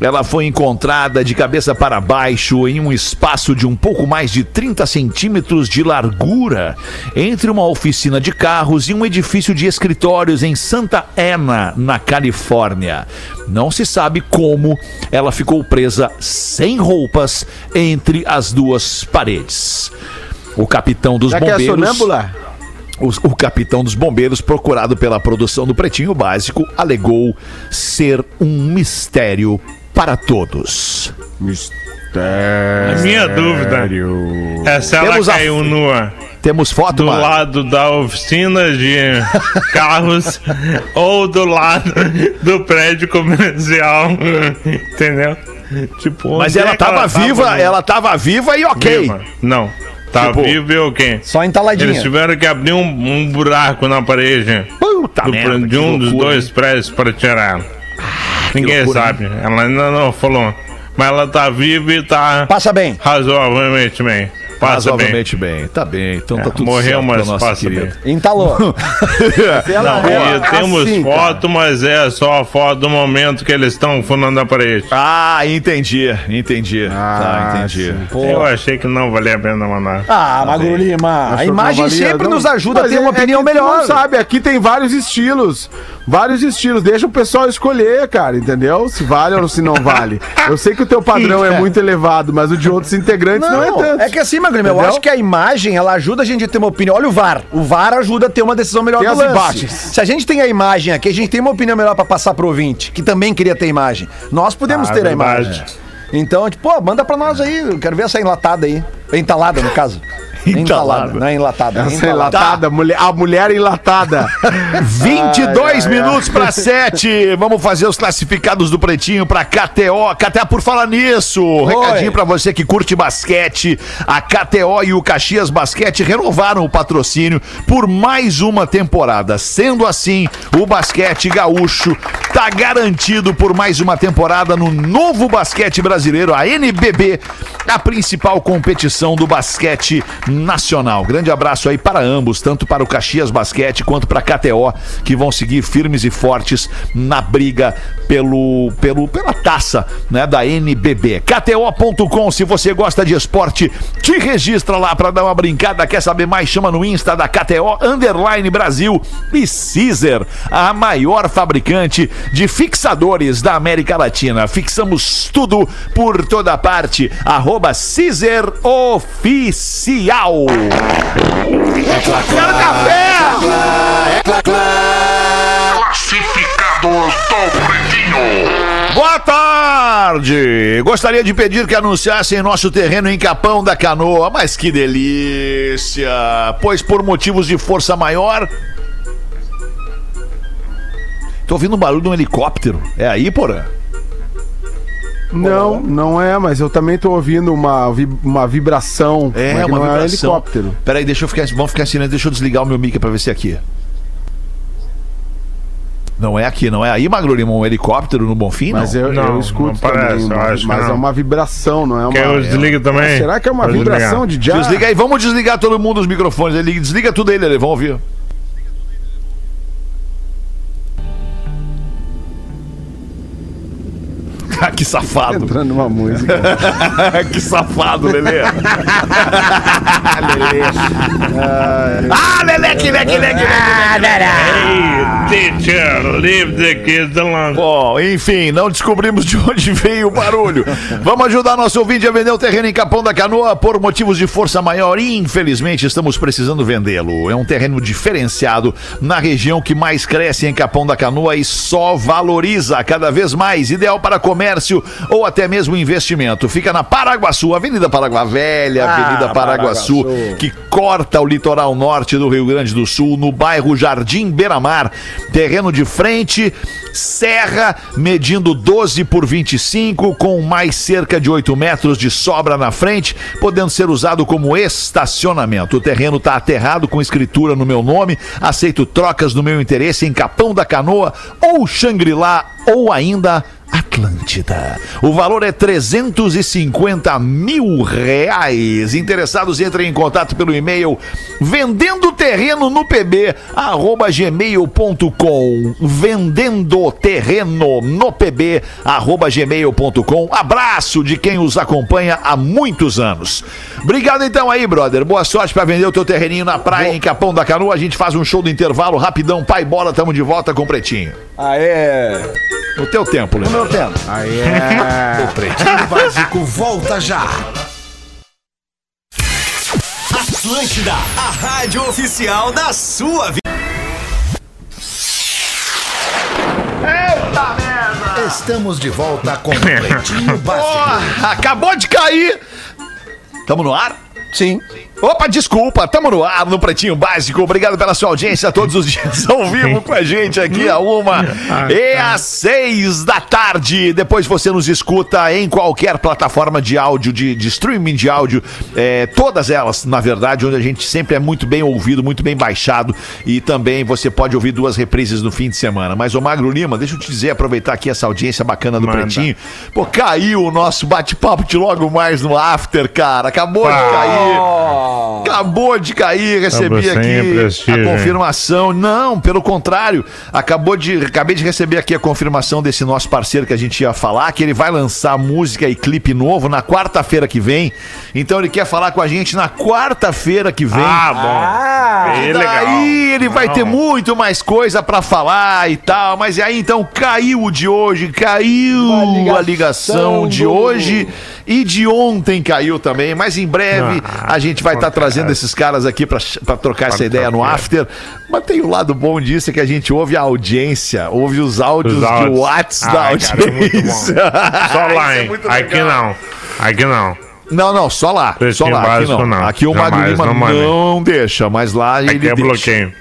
[SPEAKER 5] Ela foi encontrada de cabeça para baixo em um espaço de um pouco mais de 30 centímetros de largura entre uma oficina de carros e um edifício de escritórios em Santa Ana, na Califórnia. Não se sabe como ela ficou presa sem roupas entre as duas paredes. O capitão dos
[SPEAKER 7] Já que é
[SPEAKER 5] bombeiros.
[SPEAKER 7] sonâmbula?
[SPEAKER 5] Os- O, capitão dos bombeiros, procurado pela produção do Pretinho Básico, alegou ser um mistério para todos.
[SPEAKER 8] A minha dúvida é se ela
[SPEAKER 5] Temos a-
[SPEAKER 8] caiu nua
[SPEAKER 5] Temos foto,
[SPEAKER 8] do
[SPEAKER 5] Mar?
[SPEAKER 8] lado da oficina de carros ou do lado do prédio comercial. Entendeu? Tipo,
[SPEAKER 5] Mas
[SPEAKER 8] onde
[SPEAKER 5] ela
[SPEAKER 8] é que
[SPEAKER 5] tava viva,
[SPEAKER 8] nua?
[SPEAKER 5] ela tava viva e ok.
[SPEAKER 8] Viva. Não. Tá
[SPEAKER 5] Tipo,
[SPEAKER 8] viva e ok.
[SPEAKER 6] Só entaladinha.
[SPEAKER 8] Eles tiveram que abrir um, um buraco na parede
[SPEAKER 5] Puta
[SPEAKER 8] do-
[SPEAKER 5] merda,
[SPEAKER 8] de
[SPEAKER 5] que
[SPEAKER 8] um dos
[SPEAKER 5] loucura, Ah,
[SPEAKER 8] dois prédios para tirar. Ninguém
[SPEAKER 5] loucura, né?
[SPEAKER 8] sabe. Ela ainda não falou. Mas ela tá viva e tá
[SPEAKER 6] Passa bem.
[SPEAKER 8] razoavelmente bem. Passa bem. É,
[SPEAKER 5] Razoavelmente bem. Tá bem, então tá tudo
[SPEAKER 8] Morreu,
[SPEAKER 5] certo pra
[SPEAKER 8] mas
[SPEAKER 5] nossa
[SPEAKER 8] passa bem.
[SPEAKER 5] querida.
[SPEAKER 6] Entalou.
[SPEAKER 8] Não,
[SPEAKER 7] é
[SPEAKER 8] e temos
[SPEAKER 7] assim, cara.
[SPEAKER 8] foto, mas é só a foto do momento que eles estão fundando a parede.
[SPEAKER 5] Ah, entendi, entendi.
[SPEAKER 7] Ah,
[SPEAKER 5] tá, entendi.
[SPEAKER 7] sim.
[SPEAKER 8] Eu achei que não valia a pena mandar.
[SPEAKER 6] Ah, Magro Lima, a imagem sempre nos ajuda a
[SPEAKER 7] é-
[SPEAKER 6] ter uma opinião melhor.
[SPEAKER 7] Não sabe, aqui tem vários estilos. Vários estilos. Deixa o pessoal escolher, cara, entendeu? Se vale ou se não vale. Eu sei que o teu padrão é muito elevado, mas o de outros integrantes não, é tanto.
[SPEAKER 6] é que assim, Magrinho, eu
[SPEAKER 7] Entendeu?
[SPEAKER 6] acho que a imagem, ela ajuda a gente a ter uma opinião. Olha o VAR. O VAR ajuda a ter uma decisão melhor
[SPEAKER 7] Tem
[SPEAKER 6] do
[SPEAKER 7] as
[SPEAKER 6] lance.
[SPEAKER 7] embates.
[SPEAKER 6] Se a gente tem a imagem aqui, a gente tem uma opinião melhor pra passar pro ouvinte, que também queria ter imagem. Nós podemos
[SPEAKER 8] Ah,
[SPEAKER 6] ter
[SPEAKER 8] verdade.
[SPEAKER 6] a imagem. Então, tipo, pô, manda pra nós aí. Eu quero ver essa enlatada aí. Entalada, no caso.
[SPEAKER 5] Entalada.
[SPEAKER 6] Não é enlatada.
[SPEAKER 7] Essa
[SPEAKER 6] entalada.
[SPEAKER 7] enlatada, mulher, a mulher enlatada.
[SPEAKER 5] 22 minutos para 7. Vamos fazer os classificados do Pretinho para KTO. KTO, por falar nisso, recadinho para você que curte basquete. A KTO e o Caxias Basquete renovaram o patrocínio por mais uma temporada. Sendo assim, o basquete gaúcho tá garantido por mais uma temporada no novo basquete brasileiro, a NBB, a principal competição do basquete nacional. Grande abraço aí para ambos, tanto para o Caxias Basquete quanto para a KTO, que vão seguir firmes e fortes na briga pelo, pelo pela taça, né, da NBB. KTO.com, se você gosta de esporte, te registra lá para dar uma brincada, quer saber mais, chama no Insta da KTO Underline Brasil e Caesar, a maior fabricante de fixadores da América Latina. Fixamos tudo por toda parte. Arroba Caesar Oficial. Quero café!
[SPEAKER 9] Classificados do Pretinho.
[SPEAKER 5] Boa tarde! Gostaria de pedir que anunciassem nosso terreno em Capão da Canoa, mas que delícia! Pois por motivos de força maior. Tô ouvindo um barulho de um helicóptero. É aí, porra?
[SPEAKER 7] Não, não é, mas eu também tô ouvindo uma, vi- uma vibração. mas
[SPEAKER 5] É,
[SPEAKER 7] que
[SPEAKER 5] uma
[SPEAKER 7] não
[SPEAKER 5] vibração.
[SPEAKER 7] É helicóptero.
[SPEAKER 5] Peraí, deixa eu ficar. Vamos ficar em silêncio, deixa eu desligar o meu mic pra ver se é aqui. Não é aqui, não é aí, Magro Lima, um helicóptero no Bonfim,
[SPEAKER 7] Mas é
[SPEAKER 5] não.
[SPEAKER 7] eu,
[SPEAKER 8] Não,
[SPEAKER 7] eu
[SPEAKER 8] não
[SPEAKER 7] escuto
[SPEAKER 8] parece,
[SPEAKER 7] também,
[SPEAKER 8] eu
[SPEAKER 7] mas,
[SPEAKER 8] acho que
[SPEAKER 7] mas é
[SPEAKER 8] não.
[SPEAKER 7] uma vibração, não é uma...
[SPEAKER 8] Quer eu desligue também?
[SPEAKER 7] Será que é uma
[SPEAKER 8] Vou
[SPEAKER 7] vibração
[SPEAKER 8] desligar.
[SPEAKER 7] de jazz?
[SPEAKER 5] Desliga aí, vamos desligar todo mundo os microfones. Ele desliga tudo aí, Lele, vamos ouvir. Ah, que safado.
[SPEAKER 7] Entrando uma música.
[SPEAKER 5] que safado, Lelê. Ah, Lelê, que Lelê, que Lelê, que Lelê.
[SPEAKER 8] Hey, teacher, leave the kids alone.
[SPEAKER 5] Bom, enfim, não descobrimos de onde veio o barulho. Vamos ajudar nosso ouvinte a vender o terreno em Capão da Canoa por motivos de força maior. Infelizmente, estamos precisando vendê-lo. É um terreno diferenciado na região que mais cresce em Capão da Canoa e só valoriza cada vez mais. Ideal para comércio ou até mesmo investimento. Fica na Paraguaçu, Avenida Paraguá Velha, Avenida Ah, Paraguaçu, que corta o litoral norte do Rio Grande do Sul, no bairro Jardim Beira-Mar. Terreno de frente, serra, medindo 12 por 25, com mais cerca de 8 metros de sobra na frente, podendo ser usado como estacionamento. O terreno está aterrado com escritura no meu nome, aceito trocas no meu interesse em Capão da Canoa ou Xangri-Lá ou ainda Atlântida. O valor é 350 mil reais. Interessados entrem em contato pelo e-mail vendendo terreno no pb arroba gmail.com vendendo terreno no pb arroba gmail.com abraço de quem os acompanha há muitos anos. Obrigado então aí brother, boa sorte pra vender o teu terreninho na praia em Capão da Canoa, a gente faz um show do intervalo rapidão, pai bola, tamo de volta com o Pretinho.
[SPEAKER 6] Ah, é.
[SPEAKER 5] O teu tempo, Leandro.
[SPEAKER 4] Pretinho Básico volta já.
[SPEAKER 1] Atlântida, a rádio oficial da sua vida.
[SPEAKER 4] Estamos de volta com Pretinho Básico.
[SPEAKER 5] Porra, acabou de cair. Tamo no ar?
[SPEAKER 6] Sim.
[SPEAKER 5] Opa, desculpa, tamo no ar no Pretinho Básico. Obrigado pela sua audiência todos os dias ao vivo com a gente aqui a uma e às seis da tarde. Depois você nos escuta em qualquer plataforma de áudio, de, de streaming de áudio, é, todas elas, na verdade, onde a gente sempre é muito bem ouvido, muito bem baixado e também você pode ouvir duas reprises no fim de semana. Mas o Magro Lima, deixa eu te dizer, aproveitar aqui essa audiência bacana do
[SPEAKER 8] Manda.
[SPEAKER 5] Pretinho. Pô, caiu o nosso bate-papo de logo mais no after, cara. Acabou de
[SPEAKER 8] Ah.
[SPEAKER 5] cair. Acabou de cair, recebi
[SPEAKER 8] Estamos sem
[SPEAKER 5] aqui
[SPEAKER 8] prestígio,
[SPEAKER 5] a confirmação. Não, pelo contrário, acabou de, acabei de receber aqui a confirmação desse nosso parceiro que a gente ia falar, que ele vai lançar música e clipe novo na quarta-feira que vem. Então ele quer falar com a gente na quarta-feira que vem.
[SPEAKER 8] Ah, bom. Bem
[SPEAKER 5] E
[SPEAKER 8] É legal.
[SPEAKER 5] daí ele vai
[SPEAKER 8] Não.
[SPEAKER 5] ter muito mais coisa pra falar e tal. Mas e aí então caiu o de hoje, caiu a ligação, de hoje e de ontem caiu também. Mas em breve
[SPEAKER 8] Ah,
[SPEAKER 5] a gente vai estar
[SPEAKER 8] acontece.
[SPEAKER 5] trazendo esses caras aqui pra pra trocar essa ideia no after. Mas tem o lado bom disso é que a gente ouve a audiência, ouve os áudios,
[SPEAKER 8] Os
[SPEAKER 5] do
[SPEAKER 8] áudios.
[SPEAKER 5] WhatsApp da
[SPEAKER 8] Ai, cara, é muito bom.
[SPEAKER 5] audiência.
[SPEAKER 8] Só lá,
[SPEAKER 5] Isso é
[SPEAKER 8] hein?
[SPEAKER 5] muito
[SPEAKER 8] Aqui
[SPEAKER 5] legal.
[SPEAKER 8] não. Aqui não.
[SPEAKER 5] Não, não, só lá. Só
[SPEAKER 8] Pretinho
[SPEAKER 5] lá. Aqui
[SPEAKER 8] básico,
[SPEAKER 5] não.
[SPEAKER 8] não.
[SPEAKER 5] Aqui o
[SPEAKER 8] Jamais,
[SPEAKER 5] Magro Lima
[SPEAKER 8] não mandem.
[SPEAKER 5] não deixa, mas lá
[SPEAKER 8] Aqui
[SPEAKER 5] ele
[SPEAKER 8] é
[SPEAKER 5] deixa.
[SPEAKER 8] bloqueio.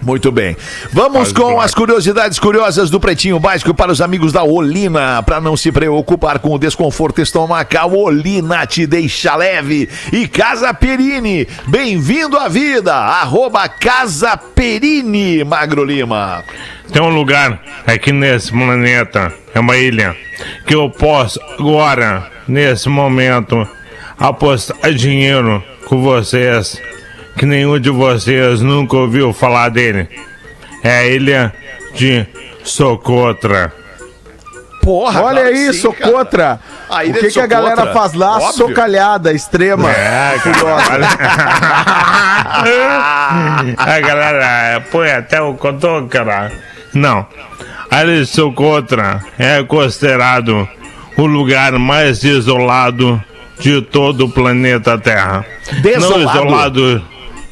[SPEAKER 5] Muito bem. Vamos
[SPEAKER 8] Faz
[SPEAKER 5] com
[SPEAKER 8] bloco.
[SPEAKER 5] as curiosidades curiosas do Pretinho Básico para os amigos da Olina. Para não se preocupar com o desconforto estomacal, Olina te deixa leve. E Casa Perini, bem-vindo à vida. Arroba Casa Perini, Magro Lima.
[SPEAKER 8] Tem um lugar aqui nesse planeta, é uma ilha, que eu posso agora, nesse momento, apostar dinheiro com vocês, que nenhum de vocês nunca ouviu falar dele. É a ilha de Socotra.
[SPEAKER 5] Porra,
[SPEAKER 7] Olha
[SPEAKER 5] claro que
[SPEAKER 7] aí,
[SPEAKER 5] sim,
[SPEAKER 7] Socotra.
[SPEAKER 5] A
[SPEAKER 7] o
[SPEAKER 5] ilha
[SPEAKER 7] que,
[SPEAKER 5] de
[SPEAKER 7] que a
[SPEAKER 5] Socotra,
[SPEAKER 7] galera faz lá?
[SPEAKER 5] óbvio.
[SPEAKER 7] Socalhada, extrema.
[SPEAKER 8] É, cara. a galera é, põe até o cotô, cara. Não. Ali Socotra é considerado o lugar mais isolado de todo o planeta Terra.
[SPEAKER 5] Desolado?
[SPEAKER 8] Não isolado.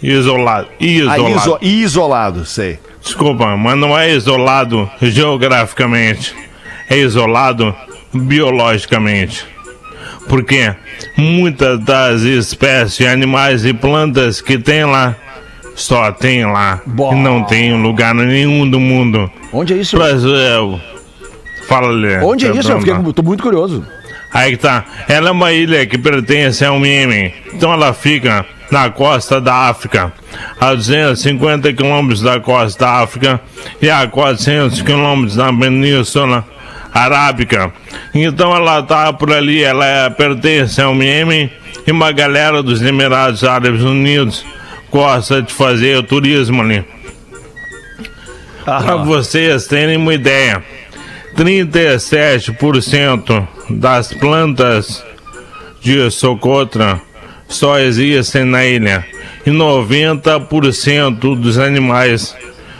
[SPEAKER 8] Isolado.
[SPEAKER 5] Aí,
[SPEAKER 8] Isolado.
[SPEAKER 5] iso- isolado, sei.
[SPEAKER 8] Desculpa, mas não é isolado geograficamente. É isolado biologicamente. Porque muitas das espécies, animais e plantas que tem lá, só tem lá. E não tem em lugar nenhum do mundo.
[SPEAKER 6] Onde é isso?
[SPEAKER 8] Brasil. Fala ali.
[SPEAKER 6] Onde é isso? Eu
[SPEAKER 8] Fernando.
[SPEAKER 6] fiquei, com- tô muito curioso.
[SPEAKER 8] Aí que tá. Ela é uma ilha que pertence a um meme. Então ela fica na costa da África, a 250 quilômetros da costa da África e a 400 quilômetros da Península Arábica. Então ela tá por ali, ela é- pertence a um meme e uma galera dos Emirados Árabes Unidos gosta de fazer turismo ali. Para vocês terem uma ideia, 37% das plantas de Socotra só existem na ilha e 90% dos animais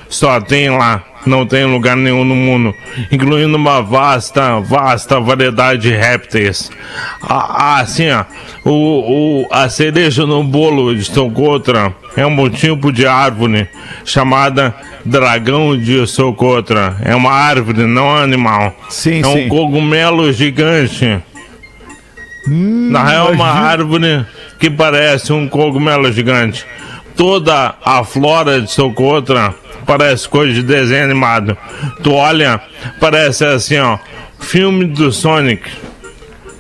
[SPEAKER 8] só tem lá, não tem em lugar nenhum no mundo, incluindo uma vasta, vasta variedade de répteis. A- a- assim, ó, o, o- a cereja no bolo de Socotra é um tipo de árvore chamada dragão de Socotra. É uma árvore, não é um animal.
[SPEAKER 5] Sim,
[SPEAKER 8] é um
[SPEAKER 5] sim.
[SPEAKER 8] cogumelo gigante.
[SPEAKER 5] Hum,
[SPEAKER 8] Na real, é uma árvore que parece um cogumelo gigante. Toda a flora de Socotra parece coisa de desenho animado. Tu olha, parece assim, ó. Filme do Sonic.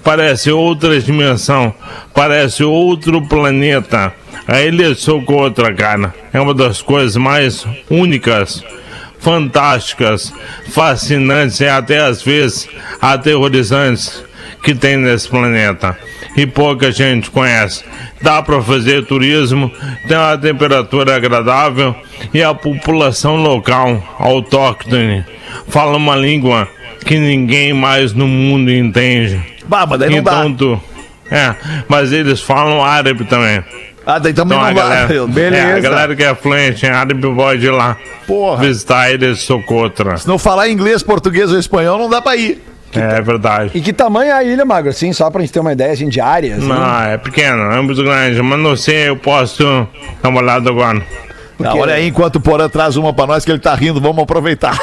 [SPEAKER 8] Parece outra dimensão. Parece outro planeta. A ilha de Socotra, cara, é uma das coisas mais únicas, fantásticas, fascinantes e até às vezes aterrorizantes que tem nesse planeta e pouca gente conhece. Dá para fazer turismo, tem uma temperatura agradável e a população local, autóctone, fala uma língua que ninguém mais no mundo entende.
[SPEAKER 5] Baba, daí não
[SPEAKER 8] então tu. É, mas eles falam árabe também.
[SPEAKER 5] dá. Ah, daí também
[SPEAKER 8] Então a
[SPEAKER 5] não dá.
[SPEAKER 8] galera, É, a
[SPEAKER 5] Beleza.
[SPEAKER 8] galera que é fluente em árabe pode ir lá
[SPEAKER 5] Porra.
[SPEAKER 8] visitar eles Socotra.
[SPEAKER 5] Se não falar inglês, português ou espanhol, não dá pra ir.
[SPEAKER 8] É verdade.
[SPEAKER 6] E que tamanho é a ilha, Magro? Assim, só pra gente ter uma ideia, assim, de áreas. né?
[SPEAKER 8] Não, é pequeno, é muito grande, mas não sei, eu posso dar uma olhada agora.
[SPEAKER 5] Tá, olha aí, enquanto o Porã traz uma pra nós, que ele tá rindo, vamos aproveitar.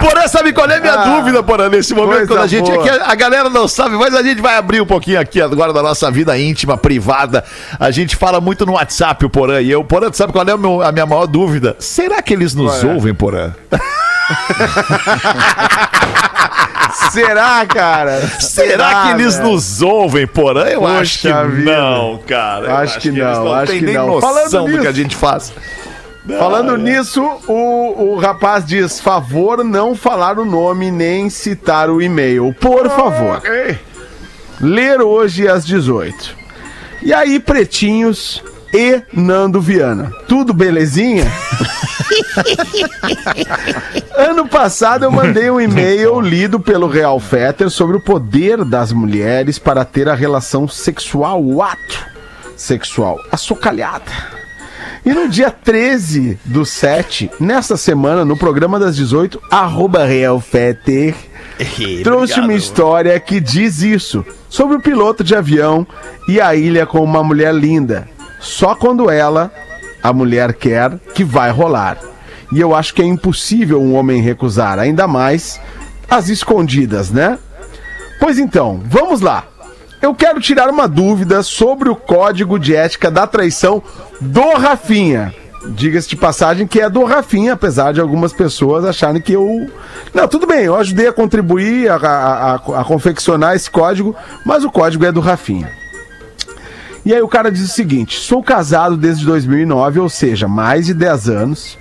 [SPEAKER 5] Porã, sabe qual é a minha dúvida, Porã, nesse momento?
[SPEAKER 7] Ah, coisa
[SPEAKER 5] Quando a gente
[SPEAKER 7] boa.
[SPEAKER 5] aqui, a galera não sabe, mas a gente vai abrir um pouquinho aqui agora da nossa vida íntima, privada. A gente fala muito no WhatsApp, o Porã e eu. Porã, tu sabe qual é o meu- a minha maior dúvida? Será que eles nos
[SPEAKER 7] é?
[SPEAKER 5] ouvem, Porã?
[SPEAKER 7] Será, cara?
[SPEAKER 5] Será que eles
[SPEAKER 7] velho?
[SPEAKER 5] nos ouvem, Porã? Eu acho que
[SPEAKER 7] Poxa vida.
[SPEAKER 5] não, cara. Eu
[SPEAKER 7] Acho que não, acho
[SPEAKER 5] têm
[SPEAKER 7] que
[SPEAKER 5] nem
[SPEAKER 7] não.
[SPEAKER 5] noção
[SPEAKER 7] Falando
[SPEAKER 5] do que
[SPEAKER 7] nisso-
[SPEAKER 5] a gente faz.
[SPEAKER 7] Falando nisso, o, o rapaz diz: favor não falar o nome nem citar o e-mail. Por favor. Ler hoje às 18. E aí, pretinhos e Nando Viana. Tudo belezinha? ano passado eu mandei um e-mail lido pelo Real Fetter sobre o poder das mulheres para ter a relação sexual, o ato sexual, a socalhada. E no dia 13 do 7, nessa semana, no programa das 18, arroba Real Fetter, trouxe uma história que diz isso, sobre o piloto de avião e a ilha com uma mulher linda. Só quando ela, a mulher quer, que vai rolar. E eu acho que é impossível um homem recusar, ainda mais as escondidas, né? Pois então, vamos lá. Eu quero tirar uma dúvida sobre o código de ética da traição do Rafinha. Diga-se de passagem que é do Rafinha, apesar de algumas pessoas acharem que eu. Não, tudo bem, eu ajudei a contribuir, a, a- a- a confeccionar esse código, mas o código é do Rafinha. E aí o cara diz o seguinte: sou casado desde 2009, ou seja, mais de 10 anos,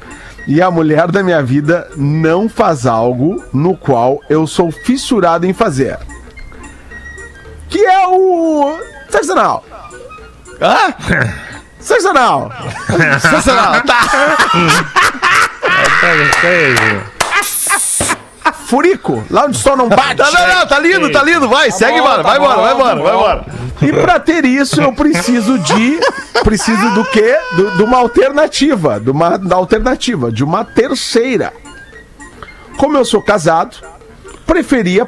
[SPEAKER 7] e a mulher da minha vida não faz algo no qual eu sou fissurado em fazer. Que é o. Sensacional!
[SPEAKER 5] Hã?
[SPEAKER 7] Sensacional!
[SPEAKER 5] Sensacional, tá.
[SPEAKER 7] Furico, lá onde só não bate.
[SPEAKER 5] Não, não, não, tá lindo, tá lindo. Vai, segue, embora, vai embora, vai
[SPEAKER 7] tá
[SPEAKER 5] embora, vai embora.
[SPEAKER 7] E pra ter isso, eu preciso de. Preciso do quê? Do- de uma alternativa. De uma da alternativa, de uma terceira. Como eu sou casado, preferia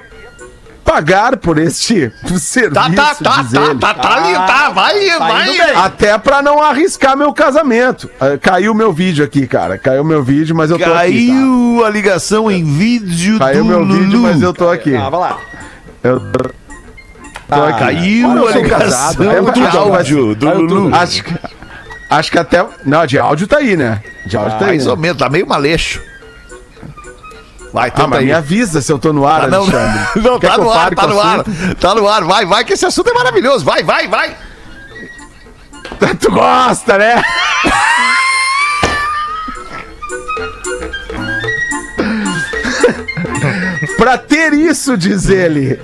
[SPEAKER 7] pagar por este serviço.
[SPEAKER 5] Tá, tá, tá,
[SPEAKER 7] diz
[SPEAKER 5] tá, né?
[SPEAKER 7] ele.
[SPEAKER 5] tá, tá lindo, tá. Vai, indo, vai. indo.
[SPEAKER 7] Até pra não arriscar meu casamento. Ah, Caiu meu vídeo aqui, cara. Caiu meu vídeo, mas eu tô aqui. tá?
[SPEAKER 5] Caiu a ligação em vídeo
[SPEAKER 7] Caiu
[SPEAKER 5] do
[SPEAKER 7] meu
[SPEAKER 5] Lulu.
[SPEAKER 7] vídeo, mas eu tô aqui.
[SPEAKER 6] Ah, vai lá.
[SPEAKER 7] Eu tô aqui.
[SPEAKER 5] Ah, Caiu
[SPEAKER 7] Olha, eu
[SPEAKER 5] a
[SPEAKER 7] sou
[SPEAKER 5] ligação
[SPEAKER 7] casado.
[SPEAKER 5] de
[SPEAKER 7] É o
[SPEAKER 5] áudio
[SPEAKER 7] áudio
[SPEAKER 5] do Lulu.
[SPEAKER 7] Acho que, acho que até. Não, de áudio tá aí, né? De áudio tá aí.
[SPEAKER 5] Ah, Mais
[SPEAKER 7] né?
[SPEAKER 5] ou menos, tá meio maleixo. Vai,
[SPEAKER 7] Ah,
[SPEAKER 5] tenta
[SPEAKER 7] mas
[SPEAKER 5] aí.
[SPEAKER 7] me avisa se eu tô no ar,
[SPEAKER 5] Ah, não,
[SPEAKER 7] Alexandre.
[SPEAKER 5] não,
[SPEAKER 7] Quer
[SPEAKER 5] tá
[SPEAKER 7] que eu
[SPEAKER 5] no ar,
[SPEAKER 7] pare
[SPEAKER 5] tá
[SPEAKER 7] com o
[SPEAKER 5] no ar.
[SPEAKER 7] assunto?
[SPEAKER 5] Tá no ar, vai, vai, que esse assunto é maravilhoso. Vai, vai, vai.
[SPEAKER 7] Tu gosta, né? pra ter isso, diz ele,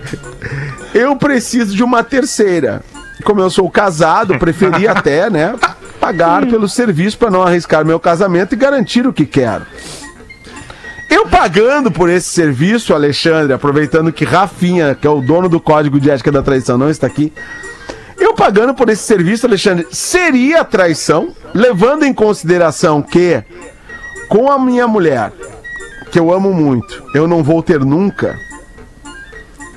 [SPEAKER 7] eu preciso de uma terceira. Como eu sou casado, preferi até, né, pagar pelo serviço para não arriscar meu casamento e garantir o que quero. Eu pagando por esse serviço, Alexandre, aproveitando que Rafinha, que é o dono do Código de Ética da Traição, não está aqui, eu pagando por esse serviço, Alexandre, seria traição, levando em consideração que com a minha mulher, que eu amo muito, eu não vou ter nunca.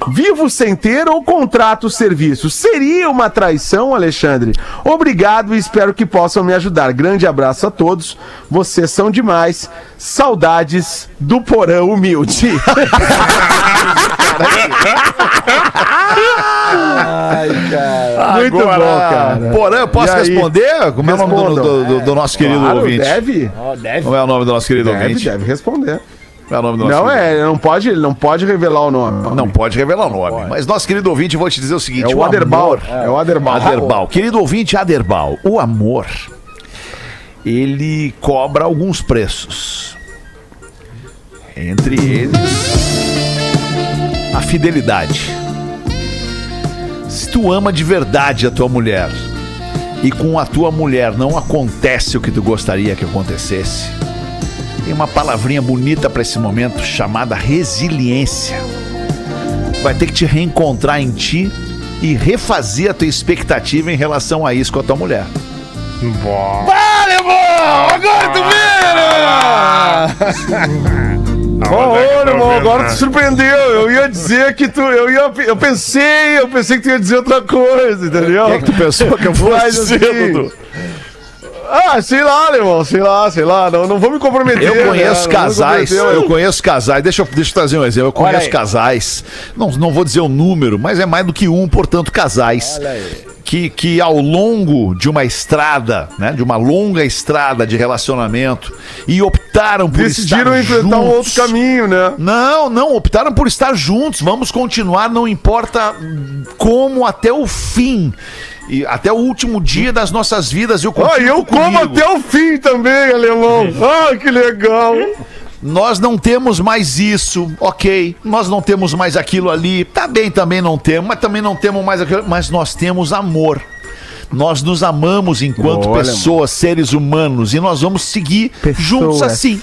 [SPEAKER 7] Vivo sem ter ou contrato o serviço? Seria uma traição, Alexandre? Obrigado e espero que possam me ajudar. Grande abraço a todos. Vocês são demais. Saudades do Porão Humilde. Muito
[SPEAKER 5] Agora,
[SPEAKER 7] bom, cara.
[SPEAKER 5] Porã, posso
[SPEAKER 7] E aí?
[SPEAKER 5] responder? Como é o nome do, do- do- do nosso querido
[SPEAKER 7] Claro,
[SPEAKER 5] ouvinte?
[SPEAKER 7] deve.
[SPEAKER 5] Como é o nome do nosso querido
[SPEAKER 7] Deve,
[SPEAKER 5] ouvinte?
[SPEAKER 7] deve responder.
[SPEAKER 5] Como é o nome do nosso
[SPEAKER 7] Não
[SPEAKER 5] querido
[SPEAKER 7] é, ele não pode, ele não pode revelar o nome.
[SPEAKER 5] Não pode revelar o nome. Mas nosso querido ouvinte, eu vou te dizer o seguinte:
[SPEAKER 7] É o Aderbal. É o Aderbal.
[SPEAKER 5] Aderbal. Querido ouvinte Aderbal, o amor, ele cobra alguns preços. Entre eles, a fidelidade. Se tu ama de verdade a tua mulher e com a tua mulher não acontece o que tu gostaria que acontecesse, tem uma palavrinha bonita para esse momento chamada resiliência vai ter que te reencontrar em ti e refazer a tua expectativa em relação a isso com a tua mulher.
[SPEAKER 8] Bom.
[SPEAKER 5] Vale, irmão!
[SPEAKER 7] Ah,
[SPEAKER 5] Agora tu vira!
[SPEAKER 8] Onde é que tá ouvindo, né?
[SPEAKER 7] surpreendeu. Eu ia dizer que tu. Eu, ia, eu pensei, eu pensei que tu ia dizer outra coisa, entendeu?
[SPEAKER 5] O que, é que tu pensou que eu
[SPEAKER 7] Mas,
[SPEAKER 5] fosse
[SPEAKER 7] assim,
[SPEAKER 5] ser, Dudu?
[SPEAKER 7] Ah, sei lá, alemão, sei lá, sei lá. Não, não vou me comprometer.
[SPEAKER 5] Eu conheço
[SPEAKER 7] né? Não vou me
[SPEAKER 5] casais,
[SPEAKER 7] comprometer,
[SPEAKER 5] eu conheço casais, deixa eu, deixa eu trazer um exemplo. Eu conheço casais, não, não vou dizer o número, mas é mais do que um, portanto, casais. Que, que ao longo de uma estrada, né, de uma longa estrada de relacionamento, e optaram por
[SPEAKER 7] Decidiram
[SPEAKER 5] estar
[SPEAKER 7] enfrentar um outro
[SPEAKER 5] juntos.
[SPEAKER 7] caminho, né?
[SPEAKER 5] Não, não, optaram por estar juntos. Vamos continuar, não importa como, até o fim. E até o último dia das nossas vidas. Eu
[SPEAKER 7] Ah,
[SPEAKER 5] continuo
[SPEAKER 7] e eu como
[SPEAKER 5] comigo.
[SPEAKER 7] até o fim também, alemão. Ah, que legal.
[SPEAKER 5] Nós não temos mais isso, ok. Nós não temos mais aquilo ali. Tá bem, também não temos, mas também não temos mais aquilo. Mas nós temos amor. Nós nos amamos enquanto
[SPEAKER 7] Olha,
[SPEAKER 5] pessoas, seres humanos, e nós vamos seguir juntos assim.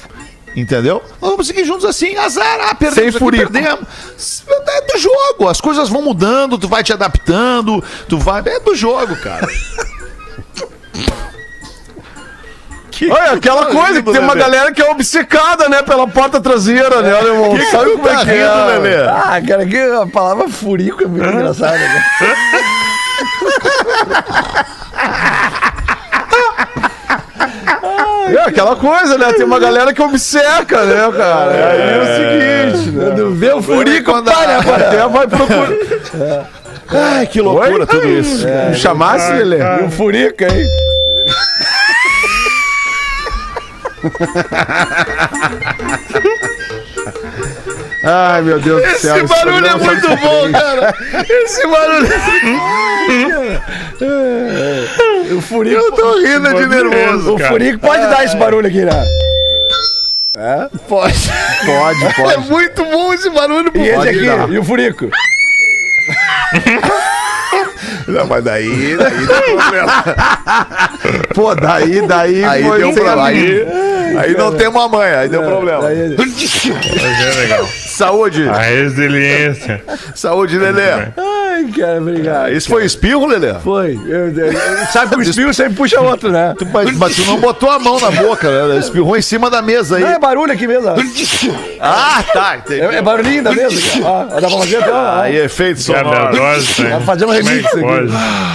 [SPEAKER 5] Entendeu? Nós vamos seguir juntos assim, azar, ah, perdemos
[SPEAKER 7] Sem
[SPEAKER 5] aqui,
[SPEAKER 7] furico.
[SPEAKER 5] perdemos. É do jogo, as coisas vão mudando, tu vai te adaptando, tu vai. É do jogo, cara.
[SPEAKER 7] Olha, aquela coisa que tem
[SPEAKER 5] né,
[SPEAKER 7] uma galera que é obcecada, né, pela porta traseira, né, alemão? Sabe como
[SPEAKER 5] tá
[SPEAKER 7] é que é?
[SPEAKER 6] Ah, cara, que a palavra furico é muito engraçada. né?
[SPEAKER 7] É aquela coisa, né? Tem uma galera que obceca, né, cara? Aí é o seguinte, né?
[SPEAKER 6] Quando vê o furico, né,
[SPEAKER 7] Para, até vai procurar.
[SPEAKER 5] Ai, que loucura tudo isso.
[SPEAKER 6] É,
[SPEAKER 7] Me chamasse, Lelê?
[SPEAKER 6] o furico, hein?
[SPEAKER 7] Ai, meu Deus do céu. Esse barulho é muito bom, cara.
[SPEAKER 6] O
[SPEAKER 7] é
[SPEAKER 6] furico. Eu tô rindo
[SPEAKER 8] de nervoso,
[SPEAKER 6] O
[SPEAKER 8] cara.
[SPEAKER 6] furico pode dar esse barulho aqui, né? É?
[SPEAKER 5] Pode.
[SPEAKER 7] Pode, pode.
[SPEAKER 5] Muito bom esse barulho,
[SPEAKER 6] E esse
[SPEAKER 7] Pode
[SPEAKER 6] aqui,
[SPEAKER 7] dar.
[SPEAKER 6] e o furico.
[SPEAKER 5] Não, mas daí, daí dá problema.
[SPEAKER 7] Pô, daí, daí,
[SPEAKER 5] Aí
[SPEAKER 7] foi
[SPEAKER 5] deu
[SPEAKER 7] sem
[SPEAKER 5] um problema.
[SPEAKER 7] a
[SPEAKER 5] Aí, aí não tem mamãe, aí deu problema.
[SPEAKER 8] Mas é Ah. legal.
[SPEAKER 5] Saúde,
[SPEAKER 8] A resiliência.
[SPEAKER 5] saúde, Lelê.
[SPEAKER 6] Ai, cara, obrigado.
[SPEAKER 5] Esse foi espirro, Lelê?
[SPEAKER 6] Foi. Eu, eu, eu, sabe que o espinho sempre puxa outro, né?
[SPEAKER 5] Mas, mas tu não botou a mão na boca, né? Espirrou em cima da mesa aí.
[SPEAKER 6] Não, é barulho aqui mesmo. ó.
[SPEAKER 5] Ah, tá, entendi.
[SPEAKER 6] É, é barulhinho da mesa. cara. Ó, dá pra fazer até. ó.
[SPEAKER 5] Aí, efeito sonoro.
[SPEAKER 8] Cabelosa.
[SPEAKER 6] Vai fazer
[SPEAKER 8] é
[SPEAKER 6] um remix aqui.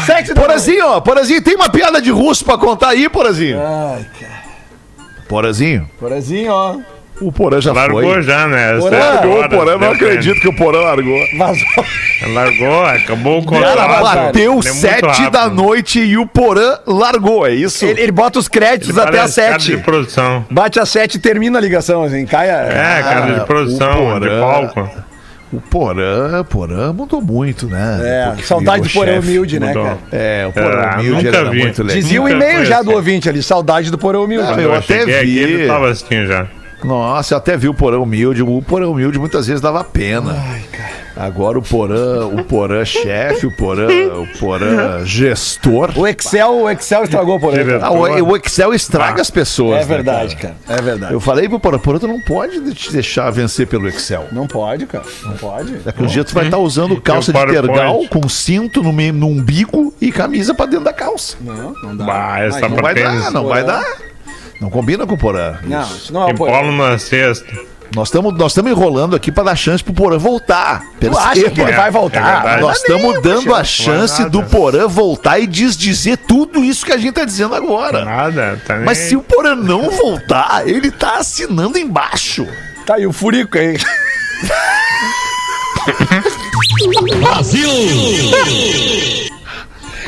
[SPEAKER 6] Sexy da-
[SPEAKER 5] Porazinho, ó, Porazinho, tem uma piada
[SPEAKER 6] É.
[SPEAKER 5] de russo pra contar aí, Porazinho?
[SPEAKER 6] Ai,
[SPEAKER 5] Porazinho,
[SPEAKER 6] Porazinho, assim, ó.
[SPEAKER 5] O Porã já
[SPEAKER 8] Largou
[SPEAKER 5] foi.
[SPEAKER 8] já, né?
[SPEAKER 5] Porã,
[SPEAKER 8] Sete
[SPEAKER 5] largou o
[SPEAKER 8] horas,
[SPEAKER 5] um Porã, não
[SPEAKER 8] né,
[SPEAKER 5] acredito que o Porã largou.
[SPEAKER 6] Vazou.
[SPEAKER 8] Largou, acabou o contrato.
[SPEAKER 5] Cara,
[SPEAKER 8] Ele
[SPEAKER 5] bateu
[SPEAKER 8] é muito
[SPEAKER 5] sete
[SPEAKER 8] rápido.
[SPEAKER 5] da noite e o Porã largou, é isso?
[SPEAKER 6] Ele, ele bota os créditos
[SPEAKER 8] Ele
[SPEAKER 6] até
[SPEAKER 8] parece
[SPEAKER 6] às
[SPEAKER 8] cara
[SPEAKER 5] é
[SPEAKER 6] sete.
[SPEAKER 8] de produção.
[SPEAKER 6] Bate às sete e termina a ligação, assim. Cai a...
[SPEAKER 8] É, cara de produção, de
[SPEAKER 5] Porã. Ah,
[SPEAKER 8] palco.
[SPEAKER 5] O Porã, Porã mudou muito, né?
[SPEAKER 6] É,
[SPEAKER 5] Porque
[SPEAKER 6] saudade
[SPEAKER 5] o
[SPEAKER 6] do Porã
[SPEAKER 5] chefe
[SPEAKER 6] humilde, né,
[SPEAKER 8] mudou.
[SPEAKER 6] cara?
[SPEAKER 5] É, o Porã
[SPEAKER 8] Ah,
[SPEAKER 5] humilde
[SPEAKER 8] nunca
[SPEAKER 5] era
[SPEAKER 8] vi.
[SPEAKER 5] muito legal.
[SPEAKER 6] Dizia o
[SPEAKER 8] Nunca
[SPEAKER 6] e-mail já
[SPEAKER 8] conheci.
[SPEAKER 6] do ouvinte ali, saudade do Porã humilde.
[SPEAKER 5] Ah,
[SPEAKER 8] Quando
[SPEAKER 5] eu até
[SPEAKER 8] cheguei
[SPEAKER 5] vi.
[SPEAKER 8] Aqui, ele tava assim já.
[SPEAKER 5] Nossa, eu até vi o Porã humilde. O Porã humilde muitas vezes dava pena. Agora o Porã, o Porã chefe, o Porã, o Porã gestor.
[SPEAKER 6] O Excel, o Excel
[SPEAKER 8] É
[SPEAKER 6] estragou o Porã. cara.
[SPEAKER 5] Ah, o, o Excel estraga as pessoas.
[SPEAKER 6] É
[SPEAKER 5] né,
[SPEAKER 6] verdade,
[SPEAKER 5] cara?
[SPEAKER 6] cara. É verdade.
[SPEAKER 5] Eu falei pro Porã, Porã, tu não pode te deixar vencer pelo Excel.
[SPEAKER 6] Não pode, cara. Não pode.
[SPEAKER 5] Daqui um dia tu vai estar usando calça
[SPEAKER 8] Uhum. E o
[SPEAKER 5] de tergal
[SPEAKER 8] PowerPoint?
[SPEAKER 5] com cinto no, meio, no umbigo e camisa pra dentro da calça.
[SPEAKER 6] Não, não dá.
[SPEAKER 8] Bah, essa
[SPEAKER 6] Mas
[SPEAKER 8] pra
[SPEAKER 5] Não vai
[SPEAKER 8] tênis.
[SPEAKER 5] dar, não vai dar. Não combina com o Porã.
[SPEAKER 6] Não, isso não é
[SPEAKER 8] Tem
[SPEAKER 6] o Porã.
[SPEAKER 8] polo na sexta.
[SPEAKER 5] Nós estamos nós tamo enrolando aqui pra dar chance pro Porã voltar.
[SPEAKER 6] Tu acha que ele
[SPEAKER 8] É,
[SPEAKER 6] vai
[SPEAKER 8] é
[SPEAKER 6] voltar?
[SPEAKER 8] verdade.
[SPEAKER 5] Nós estamos dando a
[SPEAKER 8] não é
[SPEAKER 5] chance
[SPEAKER 8] nada.
[SPEAKER 5] do Porã voltar e desdizer tudo isso que a gente tá dizendo agora.
[SPEAKER 8] Nada, tá nem...
[SPEAKER 5] Mas se o Porã não voltar, ele tá assinando embaixo.
[SPEAKER 6] Tá aí o Furico aí.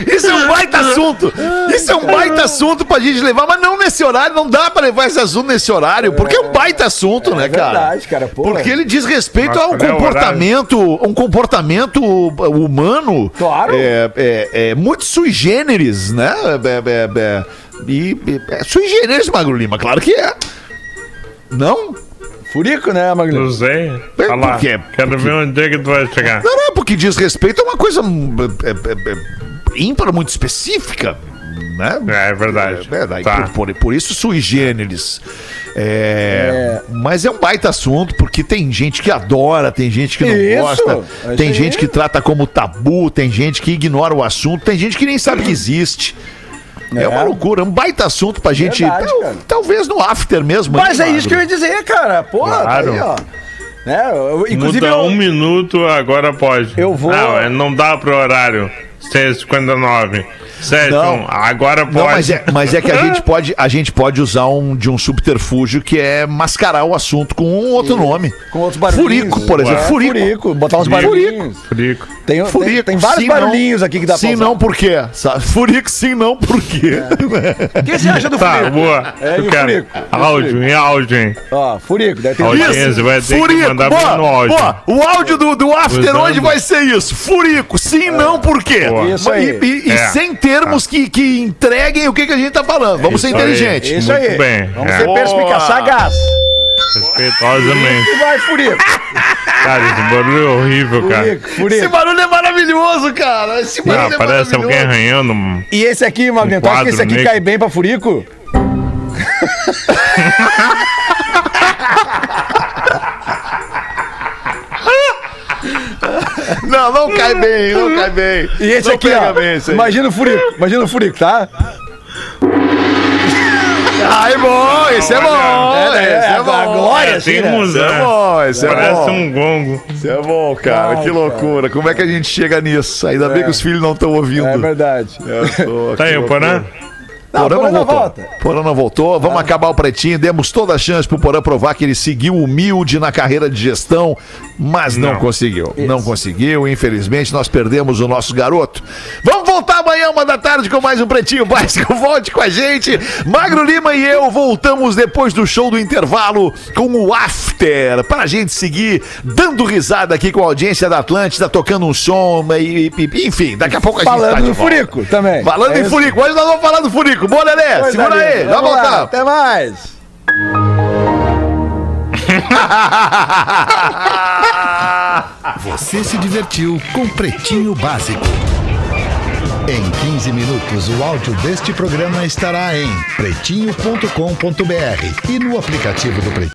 [SPEAKER 5] Isso é um baita assunto! Isso é um baita assunto pra gente levar, mas não nesse horário, não dá pra levar esse assunto nesse horário, porque é um baita assunto, né, cara?
[SPEAKER 6] verdade, cara, pô.
[SPEAKER 5] Porque ele diz respeito
[SPEAKER 8] Mas
[SPEAKER 5] a um
[SPEAKER 8] qual é o
[SPEAKER 5] comportamento, um comportamento humano.
[SPEAKER 6] Claro.
[SPEAKER 5] É, é- é muito sui generis, né? É, é- é- é- e, é sui generis, Magro Lima, claro que é. Não?
[SPEAKER 6] Furico, né, Magno?
[SPEAKER 8] Não sei.
[SPEAKER 5] Por
[SPEAKER 8] Olha lá.
[SPEAKER 5] quê?
[SPEAKER 8] Quero ver onde é que tu vai chegar.
[SPEAKER 5] Não, não, porque diz respeito é uma coisa hum, é, é- é- ímpar, muito específica, né?
[SPEAKER 8] É, é verdade.
[SPEAKER 5] É, daí
[SPEAKER 8] Tá.
[SPEAKER 5] por, por- por isso sui generis. É, Mas é um baita assunto, porque tem gente que adora, tem gente que não
[SPEAKER 6] Isso,
[SPEAKER 5] gosta,
[SPEAKER 6] é
[SPEAKER 5] tem
[SPEAKER 6] isso aí.
[SPEAKER 5] gente que trata como tabu, tem gente que ignora o assunto, tem gente que nem sabe que existe. É, uma loucura, é um baita assunto pra gente.
[SPEAKER 6] Verdade,
[SPEAKER 5] tal-
[SPEAKER 6] cara.
[SPEAKER 5] talvez no after mesmo.
[SPEAKER 6] Mas
[SPEAKER 5] né,
[SPEAKER 6] é isso que eu ia
[SPEAKER 5] Magro?
[SPEAKER 6] dizer, cara. Porra,
[SPEAKER 8] Claro.
[SPEAKER 6] tá aí, ó. Né? eu- inclusive,
[SPEAKER 8] Muda
[SPEAKER 6] eu,
[SPEAKER 8] um minuto, agora pode.
[SPEAKER 6] Eu vou-
[SPEAKER 8] Não, é- não dá pro horário. 6h59. 7
[SPEAKER 5] Não.
[SPEAKER 8] um, Agora pode.
[SPEAKER 5] Não, mas é, mas é que a gente pode, a gente pode usar um de um subterfúgio que é mascarar o assunto com um outro nome.
[SPEAKER 6] com outros barulhinhos.
[SPEAKER 5] Furico, por exemplo.
[SPEAKER 6] É,
[SPEAKER 5] Furico.
[SPEAKER 6] Botar uns
[SPEAKER 8] Furico.
[SPEAKER 6] barulhinhos.
[SPEAKER 8] Frico.
[SPEAKER 6] Tem, tem-
[SPEAKER 5] Furico.
[SPEAKER 6] tem vários
[SPEAKER 5] sim, não.
[SPEAKER 6] barulhinhos aqui que dá
[SPEAKER 5] Sim,
[SPEAKER 6] pra
[SPEAKER 5] não, por quê? Sabe? Furico, sim, não, por quê?
[SPEAKER 6] O que você acha do
[SPEAKER 8] Tá,
[SPEAKER 6] Furico?
[SPEAKER 8] boa.
[SPEAKER 6] É, e
[SPEAKER 8] eu
[SPEAKER 6] o
[SPEAKER 8] quero.
[SPEAKER 6] Furico? E o
[SPEAKER 8] Áudio, em áudio, hein?
[SPEAKER 6] Ó, Furico, deve ter
[SPEAKER 8] Olha.
[SPEAKER 6] vários.
[SPEAKER 8] Beleza, vai ter que mandar
[SPEAKER 5] boa,
[SPEAKER 8] bem no áudio.
[SPEAKER 5] boa. O áudio do, do After
[SPEAKER 8] Usando.
[SPEAKER 5] hoje vai ser isso. Furico, sim, não, por quê?
[SPEAKER 8] é, né? Boa.
[SPEAKER 6] Isso
[SPEAKER 5] E,
[SPEAKER 6] aí.
[SPEAKER 5] e- e
[SPEAKER 8] É.
[SPEAKER 5] sem termos que, que entreguem o que, que a gente tá falando. Vamos ser
[SPEAKER 8] Isso aí.
[SPEAKER 5] inteligentes.
[SPEAKER 6] Isso
[SPEAKER 8] Muito
[SPEAKER 6] aí.
[SPEAKER 8] bem.
[SPEAKER 6] Vamos
[SPEAKER 8] É.
[SPEAKER 6] ser perspicaz,
[SPEAKER 5] Boa.
[SPEAKER 6] sagaz.
[SPEAKER 8] Respeitosamente.
[SPEAKER 6] E vai, Furico.
[SPEAKER 8] Cara, esse barulho é horrível, cara.
[SPEAKER 6] Furico,
[SPEAKER 5] Esse
[SPEAKER 6] Furico.
[SPEAKER 5] barulho é maravilhoso, cara. Esse barulho
[SPEAKER 8] Não,
[SPEAKER 5] é
[SPEAKER 8] parece
[SPEAKER 5] maravilhoso.
[SPEAKER 8] alguém arranhando. um
[SPEAKER 6] E esse aqui, Magno, tu acha que
[SPEAKER 8] quadro
[SPEAKER 6] esse aqui
[SPEAKER 8] negro.
[SPEAKER 6] cai bem pra Furico?
[SPEAKER 5] Não, não cai bem, não cai bem.
[SPEAKER 6] Uhum. E esse
[SPEAKER 5] não
[SPEAKER 6] aqui,
[SPEAKER 5] pega
[SPEAKER 6] ó.
[SPEAKER 5] bem esse aí.
[SPEAKER 6] imagina o Furico, imagina o Furico, tá?
[SPEAKER 5] Ah, é bom, esse é bom,
[SPEAKER 6] É, é,
[SPEAKER 5] esse é bom.
[SPEAKER 6] agora, assim,
[SPEAKER 8] Tem
[SPEAKER 6] né?
[SPEAKER 8] uns,
[SPEAKER 5] Esse é
[SPEAKER 8] né?
[SPEAKER 5] bom, esse é
[SPEAKER 8] Parece
[SPEAKER 5] bom.
[SPEAKER 8] um gongo.
[SPEAKER 5] Esse é bom, cara, que loucura. Como é que a gente chega nisso? Ainda bem que os filhos não estão ouvindo.
[SPEAKER 6] É verdade.
[SPEAKER 5] Eu tô-
[SPEAKER 8] Tá
[SPEAKER 5] que
[SPEAKER 8] aí, o
[SPEAKER 5] loucura.
[SPEAKER 8] Porã?
[SPEAKER 6] Não,
[SPEAKER 5] Porã
[SPEAKER 6] Porã
[SPEAKER 5] não
[SPEAKER 6] não
[SPEAKER 5] voltou.
[SPEAKER 6] volta. Ah.
[SPEAKER 5] Porã não voltou. Vamos acabar o pretinho. Demos toda a chance pro Porã provar que ele seguiu humilde na carreira de gestão, mas não,
[SPEAKER 8] Não.
[SPEAKER 5] conseguiu. Não conseguiu. Infelizmente, nós perdemos o nosso garoto. Vamos voltar amanhã, uma da tarde, com mais um pretinho básico. Volte com a gente. Magro Lima e eu voltamos depois do show do intervalo com o After. Pra gente seguir dando risada aqui com a audiência da Atlântida, tocando um som e, e- e- enfim, daqui a pouco a gente
[SPEAKER 6] Falando
[SPEAKER 5] tá de
[SPEAKER 6] do
[SPEAKER 5] volta.
[SPEAKER 6] Furico também.
[SPEAKER 5] Falando
[SPEAKER 6] É
[SPEAKER 5] em
[SPEAKER 6] isso.
[SPEAKER 5] Furico, hoje nós vamos falar do Furico. Boa, Lelê,
[SPEAKER 6] Pois
[SPEAKER 5] segura
[SPEAKER 6] é,
[SPEAKER 5] aí,
[SPEAKER 6] Lelê.
[SPEAKER 5] vai
[SPEAKER 6] Vamos lá,
[SPEAKER 5] voltar.
[SPEAKER 6] Até mais.
[SPEAKER 4] Você se divertiu com Pretinho Básico. Em 15 minutos, o áudio deste programa estará em pretinho.com.br e no aplicativo do Pretinho.